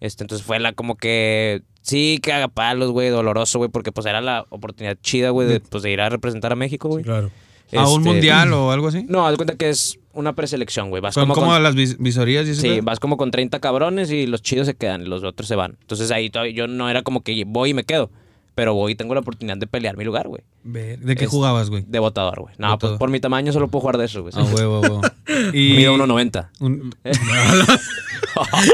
Este, entonces fue la como que sí, cagapalos, güey, doloroso, güey, porque pues era la oportunidad chida, güey, de, pues, de ir a representar a México, güey. Claro. Mm. A un Este, mundial o algo así. No, haz cuenta que es una preselección, güey. Vas Son como como, con- las vis- visorías y ese Sí, pedo. vas como con 30 cabrones y los chidos se quedan, y los otros se van. Entonces ahí todavía yo no era como que voy y me quedo, pero voy y tengo la oportunidad de pelear mi lugar, güey. Ver, ¿De qué Es- jugabas, güey? De botador, güey. No, Botador. pues, por mi tamaño solo puedo jugar de eso, güey. A huevo, a huevo. Ah, Y- Mido 1.90. un-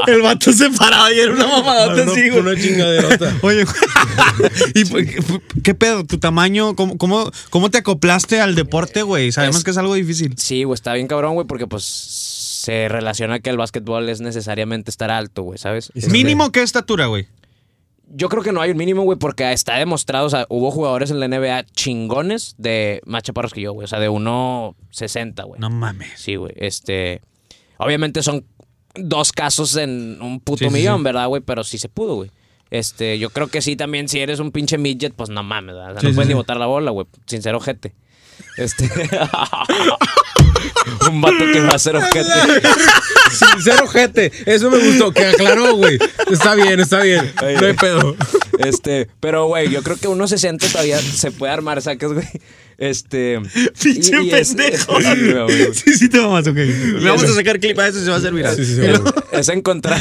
El vato se paraba y era una mamadota así, güey. Una chingaderota. Oye, ¿y pu- qué pedo? ¿Tu tamaño? ¿Cómo, cómo, cómo te acoplaste al deporte, güey? Sabemos Es- que es algo difícil. Sí, güey, está bien cabrón, güey, porque pues se relaciona que el básquetbol es necesariamente estar alto, güey, ¿sabes? Y se Mínimo, ¿qué estatura, güey? Yo creo que no hay un mínimo, güey, porque está demostrado, o sea, hubo jugadores en la NBA chingones de más chaparros que yo, güey, o sea, de 1.60, güey. No mames. Sí, güey, este... Obviamente son dos casos en un puto Sí, sí, millón, sí. ¿verdad, güey? Pero sí se pudo, güey. Este, yo creo que sí también, si eres un pinche midget, pues no mames, ¿verdad? O sea, Sí, no sí, puedes sí. ni botar la bola, güey. Sincero, ojete. Este... un vato que va a ser ojete. Sincero, gente. Eso me gustó, que aclaró, güey. Está bien, está bien. No hay pedo. Este, pero güey, yo creo que unos 60 todavía se puede armar, sacas, güey. Este. Pinche y- y es- pendejo. Sí, güey, güey. Sí, sí, te mamas, ok. Le vamos eso- a sacar clip a eso y se va a hacer viral. Es, es encontrar.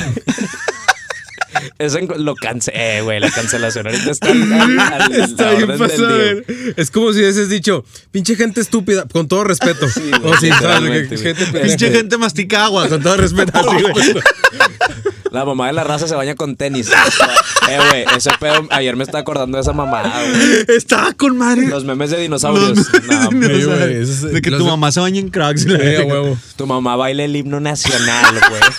Es enco- lo cance eh, güey, la cancelación. Ahorita está. al- al- al- Está la bien orden pasado. del día. güey. Es como si hubieses dicho, pinche gente estúpida, con todo respeto. Sí, güey, sí, sabes, literalmente, que- güey. gente pendeja. Pinche gente mastica agua, con todo respeto. Así, güey. La mamá de la raza se baña con tenis. eh, güey, ese pedo. Ayer me estaba acordando de esa mamá, güey. Estaba con madre. Los memes de dinosaurios. Los memes de No, dinosaurios. güey, güey, eso es- de que los tu de- mamá se baña en cracks. la Eh, a verga. huevo. Tu mamá baila el himno nacional, güey.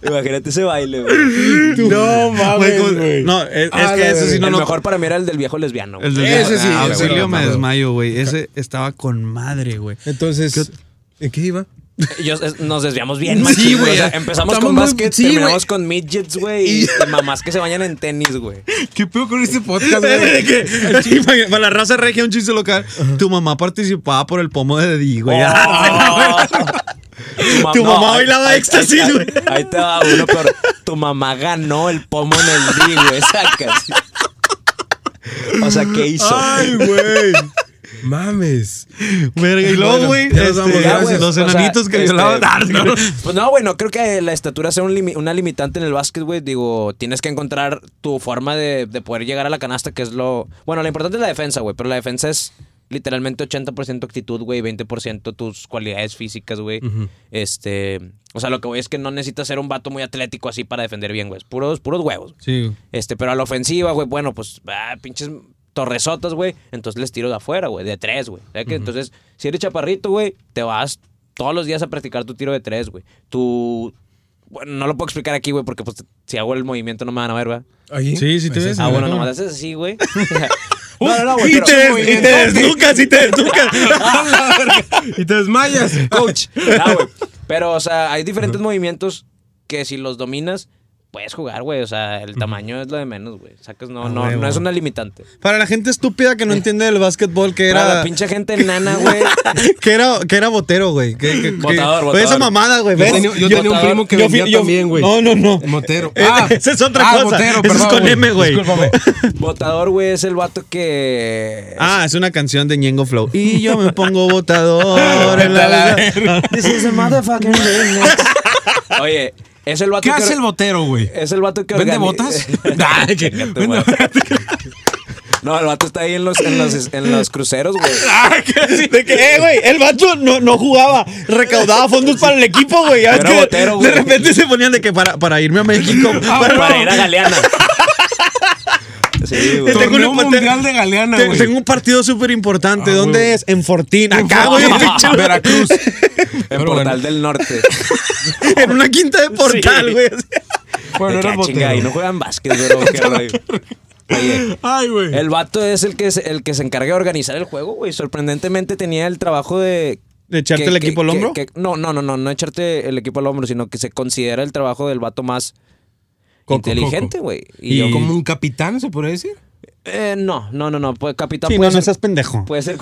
Imagínate ese baile, güey. No Güey, como- güey. No, es, Ah, es que la eso sí El no lo. mejor para mí era el del viejo lesbiano. güey. El del- Ese sí, Ah, ese auxilio lo me mames. desmayo, güey. Ese estaba con madre, güey. Entonces, ¿en qué iba? Yo- es- nos desviamos bien, Sí, machín, güey, o sea, ya. empezamos Estamos con muy- básquet, sí, güey. terminamos con midgets, güey. Y, y mamás que se bañan en tenis, güey. ¿Qué pedo con este podcast, De que- sí, para para la raza regia, un chiste local. Tu mamá participaba por el pomo de Di, Oh. güey. Ah, Tu, Tu mamá bailaba ahí- éxtasis, ahí- güey. Ahí te va uno, pero tu mamá ganó el pomo en el D, güey. Sacas. O sea, ¿qué hizo? Ay, güey. Mames. Verga, y luego, Bueno, güey, ya nos vamos, este, Ya, güey, los o sea, enanitos que este, violaban. Ah, no, no. Pues no, güey, no creo que la estatura sea un limi- una limitante en el básquet, güey. Digo, tienes que encontrar tu forma de, de poder llegar a la canasta, que es lo. Bueno, lo importante es la defensa, güey, pero la defensa es literalmente 80% actitud, güey, 20% tus cualidades físicas, güey. Este. O sea, lo que voy es que no necesitas ser un vato muy atlético así para defender bien, güey. Es Puros, puros huevos. Sí. Este, pero a la ofensiva, güey, bueno, pues, ah, pinches torresotas, güey. Entonces les tiro de afuera, güey, de tres, güey. O sea que, Entonces, si eres chaparrito, güey, te vas todos los días a practicar tu tiro de tres, güey. Tu. Bueno, no lo puedo explicar aquí, güey, porque pues si hago el movimiento no me van a ver, ¿verdad? Ahí. Sí, sí Uh, te ves. Ah, A ver, bueno, ¿cómo? nomás haces así, güey. no, no, no, güey. Y pero- te, des- y te desnucas, y te desnucas. Y te desmayas. coach. No, güey. Pero, o sea, hay diferentes movimientos que si los dominas, puedes jugar, güey. O sea, el tamaño es lo de menos, güey. Sacas, no, no, no es una limitante. Para la gente estúpida que no entiende del básquetbol, que Para era. la pinche gente nana, güey. que era, que era botero, güey. Que, que- que- Botador, Oye, Esa botador. mamada, güey. Yo ¿ves? tenía- yo tenía un primo que vendía fui- también, güey. No, no, no. Motero. Eh, Ah, esa es otra ah, cosa. Botero, Esa es perdón, con M, güey. Discúlpame. Botador, güey, es el vato que. Ah, es una canción de Ñengo Flow. Y yo me pongo botador en la vida. This is a motherfucking remix. Oye, es el vato ¿Qué Eh, que. hace el botero, güey? es el vato que ¿Vende organi- botas? Ah, Nah, que- Chinga tu vende- madre. No, el vato está ahí en los, en los, en los cruceros, güey. Ah, De que, eh, güey, el vato no, no jugaba, recaudaba fondos para el equipo, güey. Ah, Ya ves Era que botero, de güey. repente se ponían de que para, para irme a México. Para ir a Galeana. Sí, güey. Tengo una Torneo parte- mundial de Galeana, Te- güey. tengo un partido súper importante. Ah, ¿Dónde güey. es? En Fortín. Acá, güey. en pinche- Veracruz. En Pero Portal bueno. del Norte. en una quinta de portal, Sí. güey. Bueno, De que, era ah, chinga, ahí botero. no juegan básquet, pero qué rollo. Oye, Ay, güey. el vato es el que, se- el que se encarga de organizar el juego, güey. Sorprendentemente tenía el trabajo de... ¿De echarte el equipo al hombro? que- no, no, no, no, no echarte el equipo al hombro, sino que se considera el trabajo del vato más Coco, inteligente, coco. güey. Y, ¿Y yo como... como un capitán, se podría decir? eh, no, no, no, no, pues, capitán Sí, no, puede, no ser, seas pendejo. puede ser No,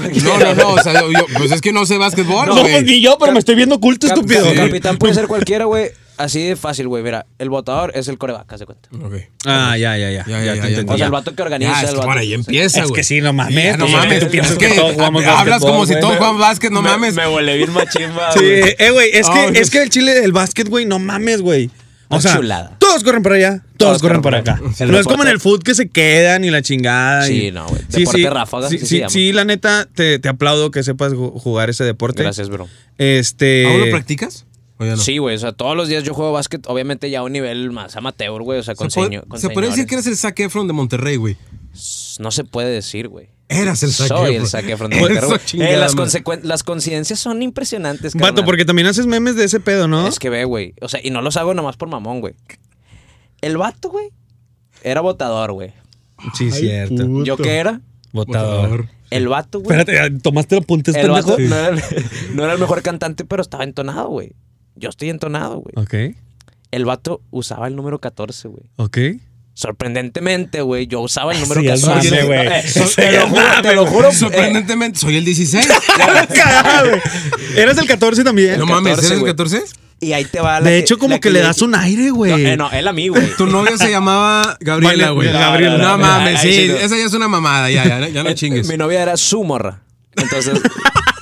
no, cualquiera. no. O sea, yo, yo- pues es que no sé básquetbol, pues, No, pues güey. ni yo, pero me estoy viendo culto, Cap- estúpido. cap- capitán puede ser cualquiera, güey. Así de fácil, güey. Mira, el botador es el coreback, haz de cuenta. Ok. Ah, ya, ya, ya. Ya, ya, te ya, entendí. O sea, Ya. el vato que organiza, Ah, es el que vato- por ahí empieza, Es güey. que sí, no mames. Ya, no Sí, mames. tú piensas es que todos jugamos Hablas básquetbol, como si güey. todos juegan básquet, no mames. Me volé bien machimba, Sí, güey. eh, güey, es, Ah, que, güey. es que el chile del básquet, güey, no mames, güey. O Una sea, chulada. todos corren para allá, todos, corren para acá. El no es deporte- como en el fútbol que se quedan y la chingada. Sí, y- no, güey. Deporte ráfaga, Sí, así se sí, llama. sí, la neta, te, te aplaudo que sepas ju- jugar ese deporte. Gracias, bro. Este. ¿Aún lo practicas? ¿O ya no? Sí, güey. O sea, todos los días yo juego básquet, obviamente ya a un nivel más amateur, güey. O sea, con Se, puede, seño- con se puede decir que señores. eres el Zac Efron de Monterrey, güey. No se puede decir, güey. Eras el Zac Soy Efron. el saque frente Eso, Monterrey. chingada Eh, las, madre. consecu- las coincidencias son impresionantes, Vato, carnal. porque también haces memes de ese pedo, ¿no? Es que ve, güey. O sea, y no los hago nomás por mamón, güey. El vato, güey, Era votador, güey. Sí, cierto. puto. ¿Yo qué era? Votador. El vato, güey. Espérate, ¿tomaste apuntes, El pendejo? vato no, era el, no era el mejor cantante, pero estaba entonado, güey. Yo estoy entonado, güey. Ok, El vato usaba el número 14, güey. ok. Sorprendentemente, güey, yo usaba el número Ah, Sí, 14. al mame, güey. Eh, Sí, te lo al juro, mame, te lo juro. eh, Sorprendentemente, soy el 16. Cagada, güey. Eres el 14 también. No mames, 14, ¿eres el güey. 14? y ahí te va la De hecho, como que le das un aire, güey. No, eh, no, él a mí, güey. Tu novia se llamaba Gabriela, Vale, güey. Gabriela. No, No, no, mames, ahí sí. sí no. Esa ya es una mamada, ya, ya, ya no chingues. Eh, Mi novia era su morra. Entonces,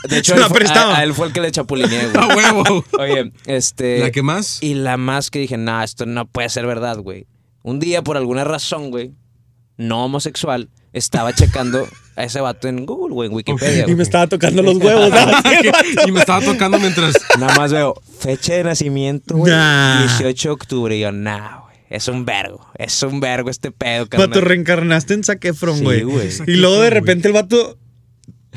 de hecho, Se la él fue- prestaba. a, a él fue el que le chapulineé, güey. A huevo. Oye, este. ¿La que más? Y la más que dije, no, esto no puede ser verdad, güey. Un día, por alguna razón, güey, no homosexual, estaba checando a ese vato en Google, güey, en Wikipedia. Y me güey. estaba tocando los huevos. Y me estaba tocando mientras. Nada más veo fecha de nacimiento, güey. Nah. 18 de octubre. Y yo, nah, güey. Es un vergo. Es un vergo este pedo, Vato, carnal. reencarnaste en Zac Efron, Sí, güey. güey. y luego de repente el vato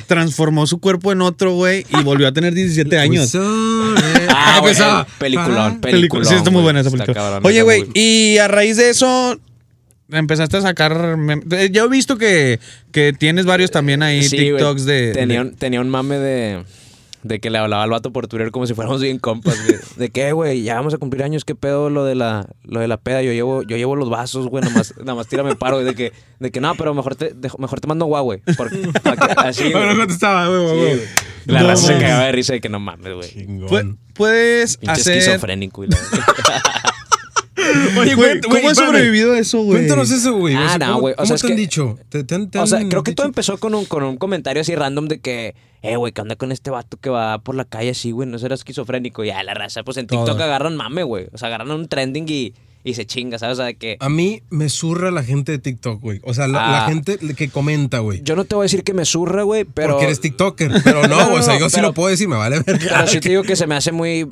transformó su cuerpo en otro, güey, y volvió a tener 17 Pues, años. Ah, güey, empezaba. eh, Ah. peliculón, Película. peliculón. Sí, está muy güey. buena esa Está película. cabrón, Oye, está güey, muy- y a raíz de eso empezaste a sacar. mem- eh, Yo he visto que, que tienes varios también ahí Sí, güey. TikToks de. Tenía de- un, tenía un mame de. De que le hablaba al vato por Twitter como si fuéramos bien compas, güey. De que, güey, ya vamos a cumplir años, qué pedo lo de la, lo de la peda. Yo llevo, yo llevo los vasos, güey, nada más, nada más tírame paro. De que, de que no, pero mejor te, de- mejor te mando guau, güey. Porque, pa' que- así, Ahora güey. contestaba, güey, Sí, güey. güey. La No, raza se mames. cagaba de risa de que no mames, güey. Pu- Puedes Pinche hacer. esquizofrénico y la Oye, Güey, ¿Cómo güey, has espérame. sobrevivido a eso, güey? Cuéntanos eso, güey. Ah, no, ¿cómo- güey, o ¿Cómo sea, es te han que- dicho? ¿Te- te han- te O sea, han creo que todo dicho? empezó con un, con un comentario así random de que, eh, güey, ¿qué onda con este vato que va por la calle así, güey? No será esquizofrénico. Ya, la raza, pues en TikTok Todo. agarran mame, güey. O sea, agarran un trending y, y se chinga, ¿sabes? O sea, de que. A mí me zurra la gente de TikTok, güey. O sea, la, la Ah. gente que comenta, güey. Yo no te voy a decir que me zurra, güey, pero. Porque eres TikToker. Pero no, No, no, o sea, no, yo sí pero- lo puedo decir, me vale ver. Pero sí te digo que se me hace muy,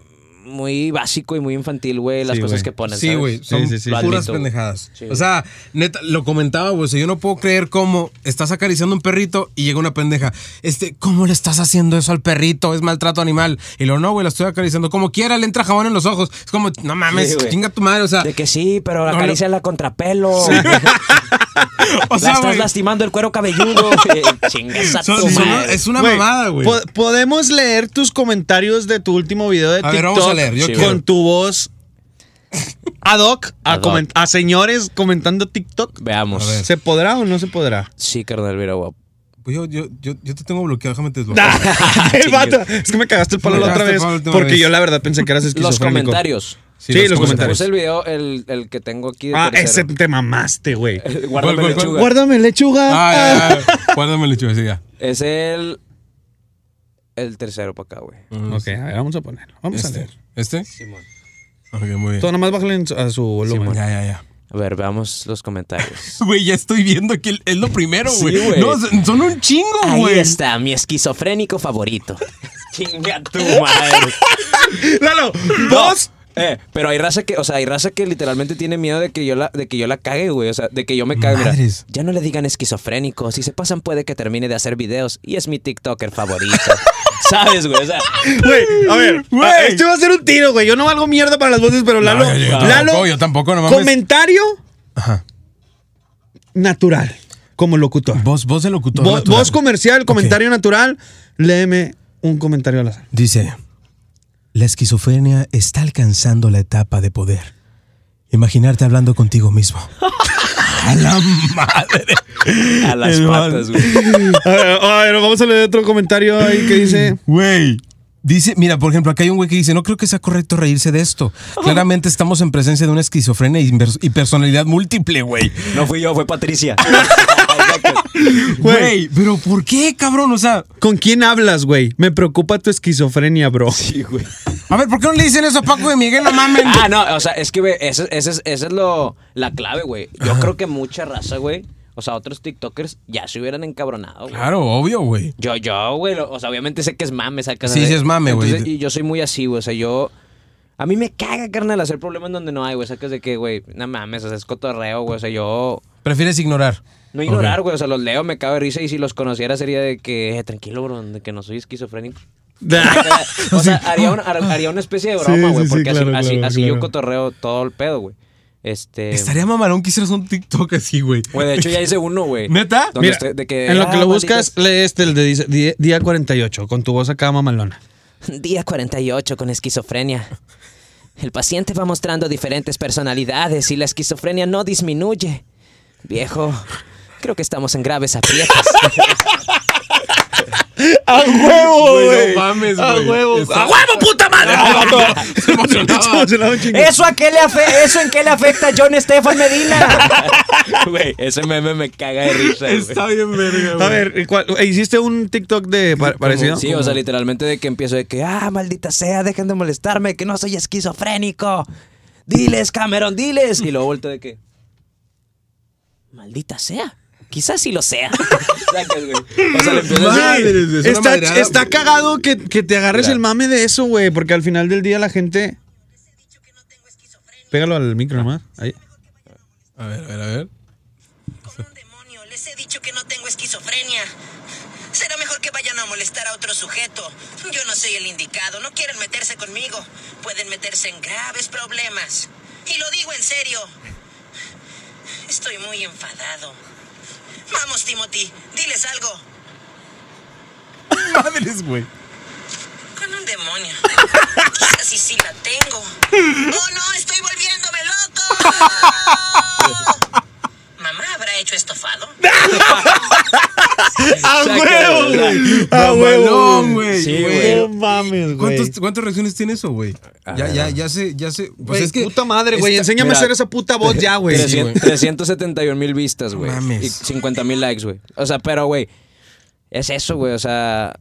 muy básico y muy infantil, güey, las Sí, cosas güey. que ponen. Sí, ¿sabes? güey, son sí, sí, sí. puras Lo admito. pendejadas. Sí. O sea, neta, lo comentaba, güey, o sea, yo no puedo creer cómo estás acariciando un perrito y llega una pendeja. Este, ¿cómo le estás haciendo eso al perrito? Es maltrato animal. Y lo no, güey, la estoy acariciando. Como quiera, le entra jabón en los ojos. Es como, no mames, Sí, güey. chinga tu madre, o sea. De que sí, pero No, no. acaricia la contrapelo. o la sea, estás güey, lastimando el cuero cabelludo. Chingas a son- tu son- madre. es una Güey, mamada, güey. po- podemos leer tus comentarios de tu último video de A TikTok ver, vamos a leer, yo con quiero. tu voz ad hoc a, Ad hoc. comen- a señores comentando TikTok. Veamos. A ver. ¿Se podrá o no se podrá? Sí, carnal, mira, guapo. Pues yo, yo, yo, yo te tengo bloqueado, déjame te desbloqueo. Ah, el vato. Es que me cagaste el palo Me la otra cagaste el vez. palo la última Porque vez. yo la verdad pensé que eras Los esquizofrénico. comentarios. Sí, los comentarios. Puse el video, el, el que tengo aquí de Ah, ese tercero. te mamaste, güey. Guárdame ¿Cuál, cuál, lechuga. Guárdame lechuga. Ay, ay, ay. Guárdame el sí, Ah, ya. Es el... El tercero para acá, güey. Ok, a ver, vamos a poner. Vamos a ¿Este? leer. ¿Este? Simón. Ok, muy bien. Todo nomás bájale en su- a su volumen. Ya, ya, ya. A ver, veamos los comentarios. Güey, ya estoy viendo que es lo primero, Sí, güey. güey. no, son son un chingo, Ah, Ahí güey. está, mi esquizofrénico favorito. Chinga tu madre. Lalo, vos. Eh, pero hay raza que, o sea, hay raza que literalmente tiene miedo de que yo la, de que yo la cague, güey. O sea, de que yo me cague. Mira, Madres. ya no le digan esquizofrénico. Si se pasan, puede que termine de hacer videos. Y es mi TikToker favorito. ¿Sabes, güey? O sea, Güey, a ver. Güey. a- Esto va a ser un tiro, güey. Yo no valgo mierda para las voces, pero Lalo. yo- yo tampoco, Lalo. yo tampoco, no mames. Comentario Ajá. natural. Como locutor. Vo- Voz, voz de locutor. Voz, natural. comercial, comentario natural. Léeme un comentario al azar. Dice, la esquizofrenia está alcanzando la etapa de poder. Imaginarte hablando contigo mismo. A la madre. a las El man- patas, güey. A ver, a ver, vamos a leer otro comentario ahí que dice. Güey. Dice, mira, por ejemplo, acá hay un güey que dice, no creo que sea correcto reírse de esto. Claramente estamos en presencia de una esquizofrenia y invers- y personalidad múltiple, güey. No fui yo, fue Patricia. Güey, pero ¿por qué, cabrón? O sea, ¿Con quién hablas, güey? Me preocupa tu esquizofrenia, bro. Sí, güey. a ver, ¿por qué no le dicen eso a Paco de Miguel? No mamen. ah, no, o sea, es que, güey, esa ese es, ese es lo, la clave, güey. Yo creo que mucha raza, güey, o sea, otros TikTokers ya se hubieran encabronado, güey. Claro, obvio, güey. Yo, yo, güey, lo- o sea, obviamente sé que es mame esa casa. Sí, sí es mame, güey. Y yo soy muy así, güey, o sea, yo... A mí me caga, carnal, hacer problemas donde no hay, güey. Sacas de que, güey, no mames, o sea, es cotorreo, güey. O sea, yo... Prefieres ignorar. No ignorar, güey. O sea, los leo, me cago de risa. Y si los conociera sería de que, eh, tranquilo, bro, de que no soy esquizofrénico. O sea, haría una, haría una especie de broma, Sí, güey, sí, sí, porque así, claro, así, claro, así yo claro. cotorreo todo el pedo, güey. Este. Estaría mamalón que hicieras un TikTok así, güey. Güey, de hecho ya hice uno, güey. ¿Neta? Donde Mira, estoy- de que, en lo que ah, lo buscas, malditas- lee este, el de dice- di- día 48, con tu voz acá mamalona. Día 48 con esquizofrenia. El paciente va mostrando diferentes personalidades y la esquizofrenia no disminuye. Viejo, creo que estamos en graves aprietos. ¡A huevo, Güey, no güey! mames, ¡A güey! huevo! Está- ¡A huevo, puta madre! Se emocionaba. ¿Eso, a qué le afe- ¿Eso en qué le afecta a John Estefan Medina? Güey, ese meme me caga de risa. güey. Está bien, verga, güey. A ver, ¿cuál- ¿hiciste un TikTok de pa- parecido? Sí, o sea, literalmente de que empiezo de que, ah, maldita sea, dejen de molestarme, que no soy esquizofrénico. Diles, Cameron, diles. Y luego vuelto de que, maldita sea. Quizás sí lo sea. Sacas, güey. O sea, le empiezo a Madre. Madres, decir, es una está, madreada, está güey. cagado que, que te agarres Mira. el mame de eso, güey, porque al final del día la gente... Pégalo al micro nomás. Ahí. A ver, a ver, a ver. Con un demonio, les he dicho que no tengo esquizofrenia. Será mejor que vayan a molestar a otro sujeto. Yo no soy el indicado, no quieren meterse conmigo. Pueden meterse en graves problemas. Y lo digo en serio. Estoy muy enfadado. Vamos, Timothy, diles algo. Madres, güey. Con un demonio. Quizás sí, sí la tengo. ¡Oh, no! ¡Estoy volviéndome loco! ¿Mamá habrá hecho estofado? ¡A ¡Ah, huevo, güey! ¡A Mamalón, güey. Sí, güey. güey. No mames, güey. ¿Cuántos- ¿Cuántas reacciones tiene eso, güey? Ya, ya, ya sé, ya sé. Pues Güey, es que. puta madre, güey. Esta- Enséñame mira, a hacer esa puta voz ya, güey. 300 371 mil vistas, güey. No mames. Y 50 mil likes, güey. O sea, pero, güey, es eso, güey. O sea,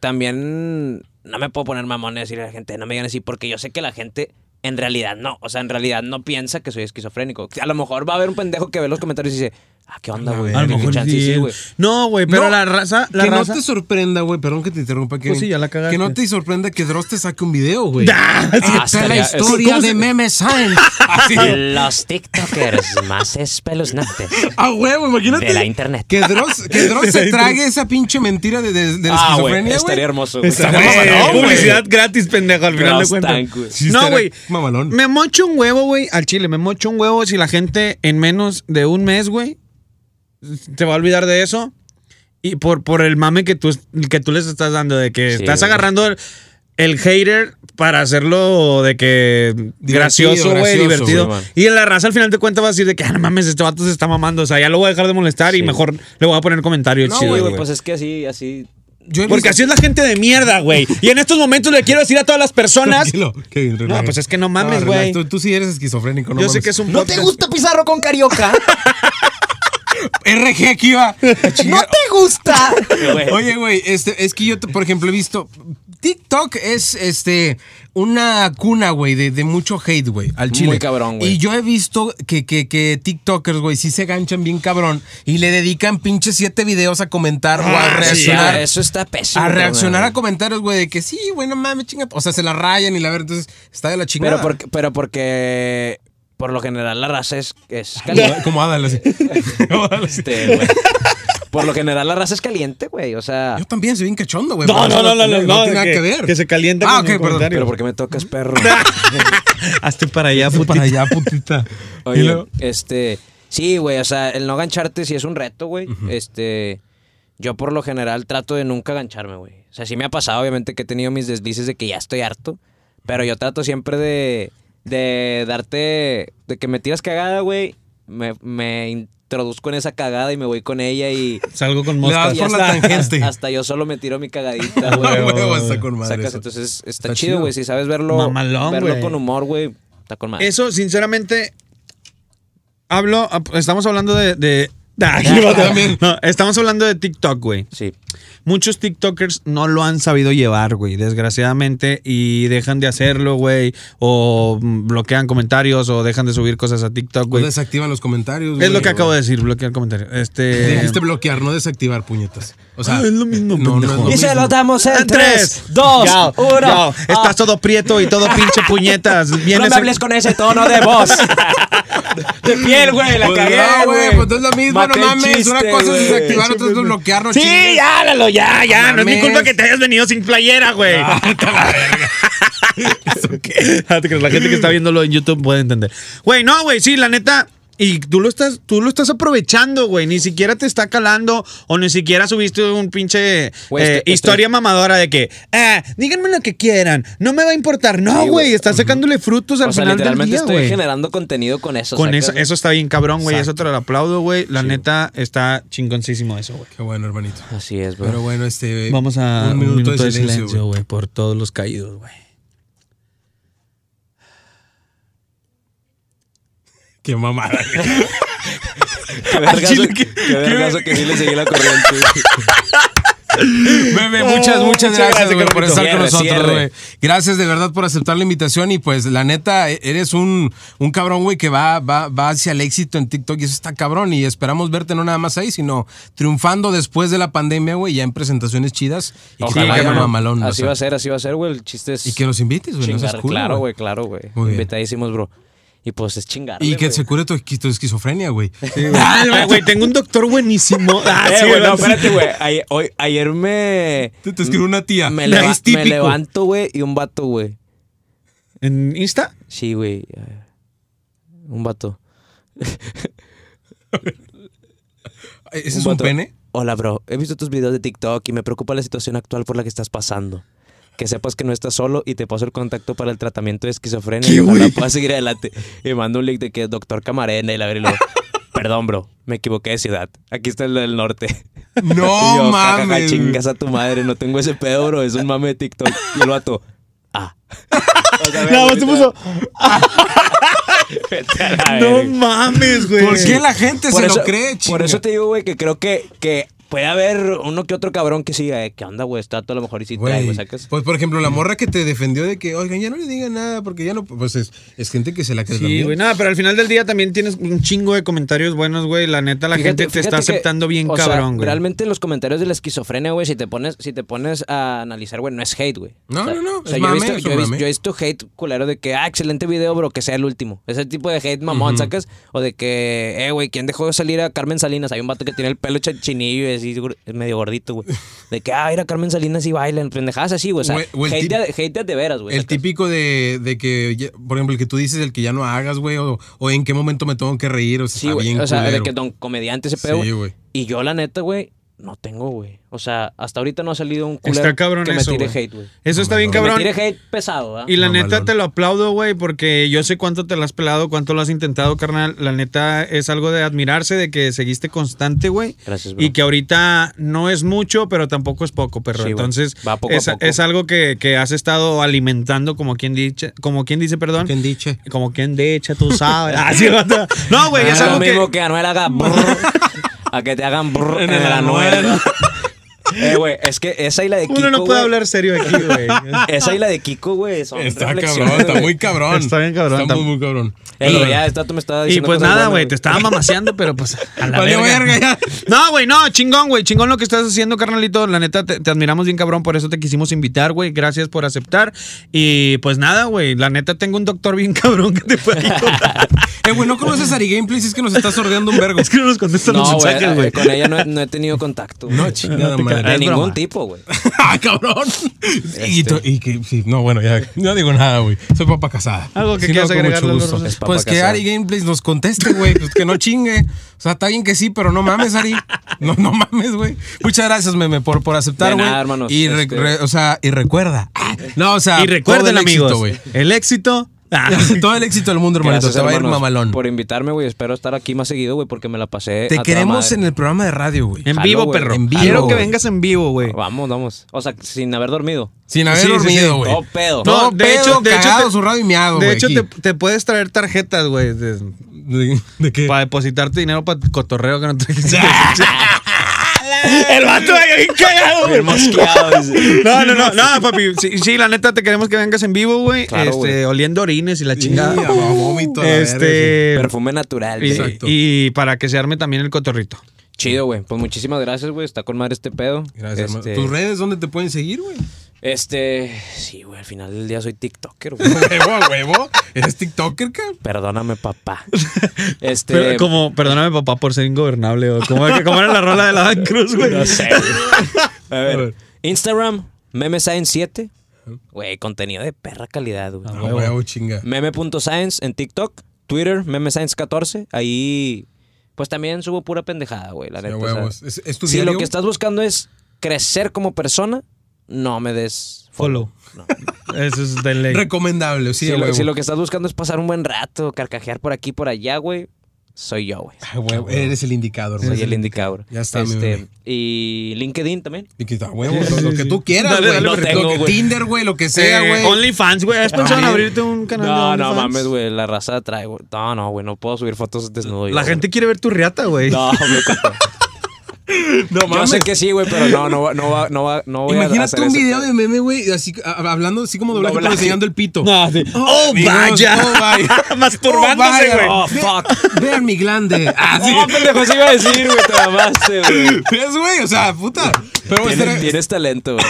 también no me puedo poner mamón y decirle a la gente, no me digan así, porque yo sé que la gente en realidad no. O sea, en realidad no piensa que soy esquizofrénico. A lo mejor va a haber un pendejo que ve los comentarios y dice, ah, ¿qué onda, güey? A lo ¿Qué mejor chance? sí. Sí, güey. No, güey, pero No, la raza... La que raza... no te sorprenda, güey. Perdón que te interrumpa, que, Pues sí, ya la cagaste. que no te sorprenda que Dross te saque un video, güey. Ah, sí. Ah, Está la estaría- historia ¿Cómo de se- Meme Science. Así. Los TikTokers más espeluznantes A huevo, Ah, imagínate. de la internet. Que Dross, que Dross De la se inter- trague esa pinche mentira de, de, de la Ah, güey, esquizofrenia, güey. estaría hermoso. güey. Güey, mamalón, güey. publicidad gratis, pendejo, al final de Cross cuentas. tank, güey. Sí, no, estaría güey. mamalón. Me mocho un huevo, güey, al chile. Me mocho un huevo si la gente en menos de un mes, güey, te va a olvidar de eso. Y por, por el mame que tú, que tú les estás dando, de que Sí, estás güey. agarrando el, el hater para hacerlo de que gracioso, güey, gracioso, divertido. güey, man. y en la raza al final de cuentas va a decir de que, ah, no mames, este vato se está mamando. O sea, ya lo voy a dejar de molestar y Sí. mejor le voy a poner comentario No, Sí, chido, güey, güey. pues es que así, así. Yo he Porque visto- así es la gente de mierda, güey. Y en estos momentos le quiero decir a todas las personas. Tranquilo, Kevin, relaja. pues es que no mames, relaja, güey. Tú, tú sí eres esquizofrénico, no Yo sé mames. que es un ¿No te podcast. gusta Pizarro con Carioca? RG aquí va. ¿No te gusta? Oye, güey, este, es que yo, te- por ejemplo, he visto. TikTok es este una cuna, güey, de, de mucho hate, güey, al chile. Muy cabrón, güey. Y yo he visto que, que, que TikTokers, güey, sí se ganchan bien cabrón y le dedican pinches siete videos a comentar o a Sí, reaccionar. ah, eso está pésimo. a reaccionar cabrón. a comentarios, güey, de que sí, güey, no mames, chinga. O sea, se la rayan y la ver, entonces está de la chingada. Pero porque, pero porque por lo general la raza es, es Como, caliente. como Adal, así. Como Adal, así. este, güey. por lo general la raza es caliente, güey. O sea, Yo también soy bien cachondo, güey. Ah. No, pero no, eso no, no, no, tiene nada que- que ver. que se calienta con Ah, un ok, perdón. comentario. pero porque me tocas perro. Hazte para allá, Hazte putita. para allá, putita. Y Oye, luego- este, sí, güey, o sea, el no gancharte sí es un reto, güey. Este, yo por lo general trato de nunca gancharme, güey. O sea, sí me ha pasado, obviamente, que he tenido mis deslices de que ya estoy harto, pero yo trato siempre de, de darte, de que me tiras cagada, güey, me, me introduzco en esa cagada y me voy con ella y... Salgo con Le das moscas. y por la hasta- tangente. Hasta yo solo me tiro mi cagadita, Ah, güey. huevo, está con madre Sacas, eso. entonces está, Está chido, chido. güey. Si sabes verlo, Mamalón, verlo güey. con humor, güey, está con madre. Eso, sinceramente, hablo, estamos hablando de... de- Ah, también. no, estamos hablando de TikTok, güey. Sí. Muchos TikTokers no lo han sabido llevar, güey, desgraciadamente, y dejan de hacerlo, güey, o mm, bloquean comentarios, o dejan de subir cosas a TikTok, No güey. desactivan los comentarios. Es lo que acabo de decir, bloquear comentarios. Este... Dijiste bloquear, no desactivar puñetas. O sea, eh, Ah, es lo mismo, no, no, es pendejo. lo Y mismo. damos En tres, dos, uno. Ah, Estás todo prieto y todo pinche puñetas. Vienes a- con ese tono de voz. De piel, güey, Pues no, güey, pues no es lo mismo, no mames. una cosa es desactivar, otra es bloquear, no Sí, chingues. ya, Lalo, ya, ya. No es mi Mames. culpa que te hayas venido sin playera, güey. Ah, te crees, La gente que está viéndolo en YouTube puede entender. Güey, no, güey, sí, la neta. Y tú lo estás, tú lo estás aprovechando, güey. Ni siquiera te está calando o ni siquiera subiste un pinche Güey, eh, estoy- estoy- historia mamadora de que, ah, díganme lo que quieran, no me va a importar. No, Sí, güey, güey. estás sacándole frutos al O sea, final del literalmente día, estoy güey. generando contenido con eso. Con ¿sacas? eso, eso está bien cabrón, güey. Eso Exacto. te lo aplaudo, güey. La neta está chingoncísimo eso, güey. Qué bueno, hermanito. Así es, güey. Pero bueno, este. Ah, Vamos a Un minuto, de silencio. güey. güey, por todos los caídos, güey. Qué mamada. güey. Qué vergazo Chile, que, qué- qué vergazo que sí le seguí la corriente. Bebé, muchas, muchas muchas gracias, gracias, güey, por Carlitos. estar con Cierre, nosotros, cierre. güey. Gracias de verdad por aceptar la invitación y pues la neta, e- eres un, un cabrón, güey, que va, va, va hacia el éxito en TikTok y eso está cabrón y esperamos verte no nada más ahí, sino triunfando después de la pandemia, güey, ya en presentaciones chidas y que te Ojalá, vaya cabrón. mamalón. o Así sea. va a ser, así va a ser, güey. El chiste es. Y que los invites, güey. no seas chingar. culo, claro, güey, claro, güey. Muy bien. Invitadísimos, bro. Y pues es chingar. Y que se cure tu, tu esquizofrenia, güey. Ah, güey, güey, tengo un doctor buenísimo. Ah, Eh, sí, güey, no, güey. espérate, güey. Ayer, hoy- ayer me. Te- te escribió una tía. Me, Es leva- me típico. levanto, güey, y un vato, güey. ¿En Insta? Sí, güey. eh, Un vato. ¿Ese es un vato. pene? Hola, bro. He visto tus videos de TikTok y me preocupa la situación actual por la que estás pasando. Que sepas que no estás solo y te paso el contacto para el tratamiento de esquizofrenia y ojalá puedas seguir adelante. Y mando un link de que es doctor Camarena y la verga y luego, Perdón, bro. Me equivoqué de ciudad. Aquí está el del norte. No Y yo, "Ja, ja, ja, mames. chingas a tu madre. No tengo ese pedo, bro. Es un mame de TikTok. Y el vato. Ah. O sea, No, vete se a- puso. vete a la No verga. mames, güey. ¿Por qué la gente se eso, lo cree, chinga? Por eso te digo, güey, que creo que, que puede haber uno que otro cabrón que siga, eh, ¿qué onda, güey? Está todo a lo mejor y si trae, Güey, güey, sacas. Pues, por ejemplo, la morra que te defendió de que, oigan, ya no le digan nada porque ya no. Pues es, es gente que se la cree Sí, también. güey, nada, pero al final del día también tienes un chingo de comentarios buenos, güey. La neta, la Fíjate- gente te está fíjate que, aceptando bien o sea, cabrón, güey. Realmente los comentarios de la esquizofrenia, güey, si te pones, si te pones a analizar, güey, no es hate, güey. No, O sea, no, no, o sea, es yo, he mame, visto, es yo he un vis- mame. yo he visto hate culero de que, ah, excelente video, bro, que sea el último. Ese tipo de hate mamón, sacas. O de que, eh, güey, ¿quién dejó de salir a Carmen Salinas? Hay un vato que tiene el pelo cha- chinillo y así gor- medio gordito, güey. De que, ah, ir a Carmen Salinas y bailan, pendejadas así, güey. O sea, Güey, o el hate, tip- de, hate de de veras, güey. El sacas. típico de, de que, ya- por ejemplo, el que tú dices, el que ya no hagas, güey, o, o en qué momento me tengo que reír, o sea, Sí, está güey. bien O sea, de culero. que don comediante ese pedo. Sí, güey. güey. Y yo, la neta, güey, no tengo, güey. O sea, hasta ahorita no ha salido un culero Está cabrón que eso. me tire güey. hate, güey. Eso está bien Que me cabrón. tire hate pesado, ¿ah? Y la Mamalón. neta te lo aplaudo, güey, porque yo sé cuánto te lo has pelado, cuánto lo has intentado, carnal. La neta es algo de admirarse, de que seguiste constante, güey. Gracias, bro. Y que ahorita no es mucho, pero tampoco es poco, perro. Sí, güey. Entonces, Va poco a es, poco. es algo que, que has estado alimentando, como quien dice, como quien dice, perdón. ¿Quién dice? Como quien dice, tú sabes. Así, vato. no, güey, es es Ah, lo algo que... mismo que, Anuel haga brr, a que te hagan brr en, el Anuel. eh, güey, es que esa y la de Kiko. Uno no puede güey, hablar serio aquí, güey. Esa y la de Kiko, güey, son Está reflexiones, cabrón, está güey. muy cabrón. Está bien cabrón, Está muy, está- muy cabrón. Eh, güey, ya, esta tú me estabas Y diciendo. pues cosas nada, buenas, güey, te estaba mamaseando, pero pues a la Valió verga. verga, ya. No, güey, no, chingón, güey, chingón lo que estás haciendo, carnalito. La neta, te, te admiramos bien, cabrón, por eso te quisimos invitar, güey. Gracias por aceptar. Y pues nada, güey, la neta, tengo un doctor bien cabrón que te puede ayudar. Eh, güey, no conoces a Ari Gameplay, si es que nos está sordeando un vergo. es que no nos contestan los No, mensajes, güey, eh, güey. con ella no he, no he tenido contacto. güey. No, chingada madre. De Es ningún broma. tipo, güey. ¡Ah, cabrón! Y, to- y que, sí, no, bueno, ya no digo nada, güey. Soy papá casada. Algo que Sí, quieras no, con agregarle a mucho los gusto. rosas. Es papá Pues que casada. Ari Gameplays nos conteste, güey. Pues que no chingue. O sea, está bien que sí, pero no mames, Ari. No, no mames, güey. Muchas gracias, Meme, por, por aceptar, De güey. nada, hermanos. Y, re- Este- re- o sea, y recuerda. Ah, No, o Y sea, todo recuerden, el éxito, amigos, güey. el éxito. Ah. Todo el éxito del mundo, hermanito. Gracias, Te va a ir hermanos, mamalón. Por invitarme, güey. Espero estar aquí más seguido, güey, porque me la pasé. Te a toda queremos madre. en el programa de radio, güey. En Jalo, vivo, güey, perro. en vivo, Quiero que güey. vengas en vivo, güey. Vamos, vamos. O sea, sin haber dormido. Sin haber Sí, sí, sí. dormido, güey. Todo pedo. No, Todo de pedo, hecho- de hecho cagado, te- zurrado y miado, De güey, hecho, aquí. te, te puedes traer tarjetas, güey, de- ¿De, de qué? para depositarte dinero para cotorreo que no trajiste. el vato ahí bien cagado, güey. Bien mosqueado, dice. No, no, no, no, papi. Sí, sí, la neta, te queremos que vengas en vivo, güey. Claro, este, güey. oliendo orines y la Sí, chingada. a vómito, a la verga, este. Perfume natural. y- güey. Exacto. Y para que se arme también el cotorrito. Chido, güey. Pues muchísimas gracias, güey. Está con madre este pedo. sí. Gracias, este, hermano. ¿Tus redes dónde te pueden seguir, güey? Este. Sí, güey. Al final del día soy TikToker, güey. Huevo, a huevo. ¿Eres TikToker, cabrón? Perdóname, papá. Este. Pero como, perdóname, papá, por ser ingobernable. O como, como era la rola de la Dan Cruz, güey. No sé, güey. A ver. Instagram, memesign7. Güey, contenido de perra calidad, güey. Ah, huevo, Mm, chinga. Meme.science en TikTok, Twitter, memescience14. Ahí, pues también subo pura pendejada, güey, la Sí, neta. a o sea, huevos. ¿Es- es tu si diario? lo que estás buscando es crecer como persona, no me des Follow. Eso es de ley. Recomendable, sí, si, a lo, huevo. si lo que estás buscando es pasar un buen rato, carcajear por aquí, por allá, güey, soy yo, güey. Ah, huevo, Eres el indicador, Soy güey. el indicador. Ya está, mi Este, bebé. y LinkedIn también. Y que, ah, huevo, lo- lo que tú quieras, Dale, güey. dale, Lo que- tengo, lo que- güey. Tinder, güey, lo que sea, Eh, güey. OnlyFans, güey. ¿Has pensado en abrirte un canal de No, no OnlyFans? mames, güey, la raza trae, güey. No, no, güey, no puedo subir fotos desnudo. yo, La güey. gente quiere ver tu riata, güey. No, güey, compa. No Yo sé que sí, güey, pero no, no, va- no, va- no, va- no voy a hacer Imagínate un eso. video de meme, güey, así a- hablando así como doblaje, pero Doblaje. enseñando el pito. No, sí. Oh, amigos, vaya. oh, vaya. Masturbándose, Oh, vaya. güey. Oh, fuck. Vean mi glande. Ah, sí. No, pendejo, sí iba a decir, güey, te mamaste, güey. ¿Ves, güey? O sea, puta. Pero Tienes, será- tienes talento, güey.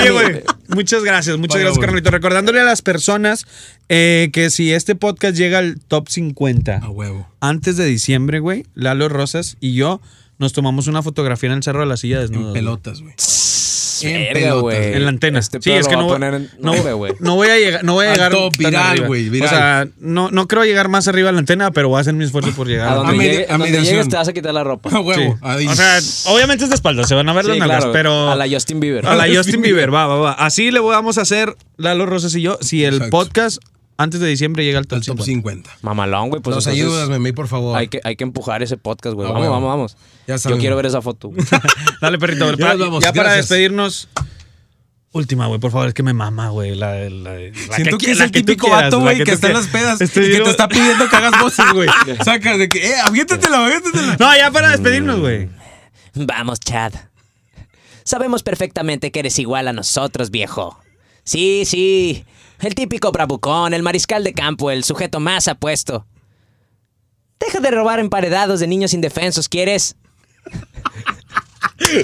Oye, güey. Muchas gracias, muchas eh, Vaya, gracias, güey. carnalito. Recordándole a las personas eh, que si este podcast llega al top 50 A huevo. antes de diciembre, güey, Lalo Rosas y yo nos tomamos una fotografía en el Cerro de la Silla desnudos. En güey. pelotas, güey. En Verga, pelotas. güey. En la antena. Este sí, pedo es lo que va no a voy, poner en- no, hombre, güey. no voy a llegar, no voy a Al llegar top, tan viral, arriba. güey, O viral. sea, no, no creo llegar más arriba a la antena, pero voy a hacer mi esfuerzo por llegar. A donde, A medi- llegue- a donde mediación. llegues te vas a quitar la ropa. A Sí. huevo. Ahí. O sea, obviamente es de espaldas, se van a ver Sí, las nalgas, claro, pero a la Justin Bieber. A la Justin Bieber, va, va, va. Así le vamos a hacer Lalo Rosas y yo si el Exacto. podcast antes de diciembre llega al top, al top 50. 50. Mamalón, güey. Pues Nos entonces ayudas, meme, por favor. Hay que, hay que empujar ese podcast, güey. A Vamos, huevo. vamos, vamos. Ya Yo saben. quiero ver esa foto. güey. Dale, perrito. Ya Ya, nos vamos, ya para gracias. despedirnos. Última, güey, por favor, es que me mama, güey. La, la- la Siento que, qui- es la el tú típico quieras, vato, la güey, que, tú está en quieras. las pedas Estoy y que yo- te está pidiendo que hagas voces, güey. Sacas de que, eh, aviéntatela, aviéntatela. No, ya para despedirnos, güey. Vamos, Chad. Sabemos perfectamente que eres igual a nosotros, viejo. Sí, sí. El típico bravucón, el mariscal de campo, el sujeto más apuesto. Deja de robar emparedados de niños indefensos, ¿quieres?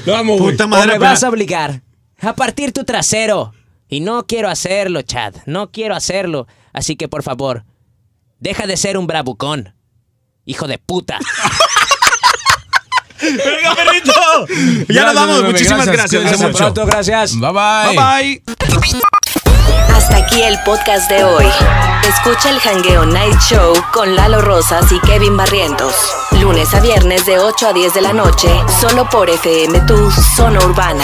Vamos, güey. Puta o madre, me pero- vas a obligar a partir tu trasero. Y no quiero hacerlo, Chad. No quiero hacerlo. Así que, por favor, deja de ser un bravucón. Hijo de puta. ¡Venga, perrito! Ya Gracias, nos vamos. bebé, Muchísimas gracias, gracias. cuídense dice mucho. mucho. gracias. Bye bye. Bye, bye. Hasta aquí el podcast de hoy. Escucha el Hangueo Night Show con Lalo Rosas y Kevin Barrientos. Lunes a viernes de 8 a 10 de la noche, solo por FM Tu Zona Urbana.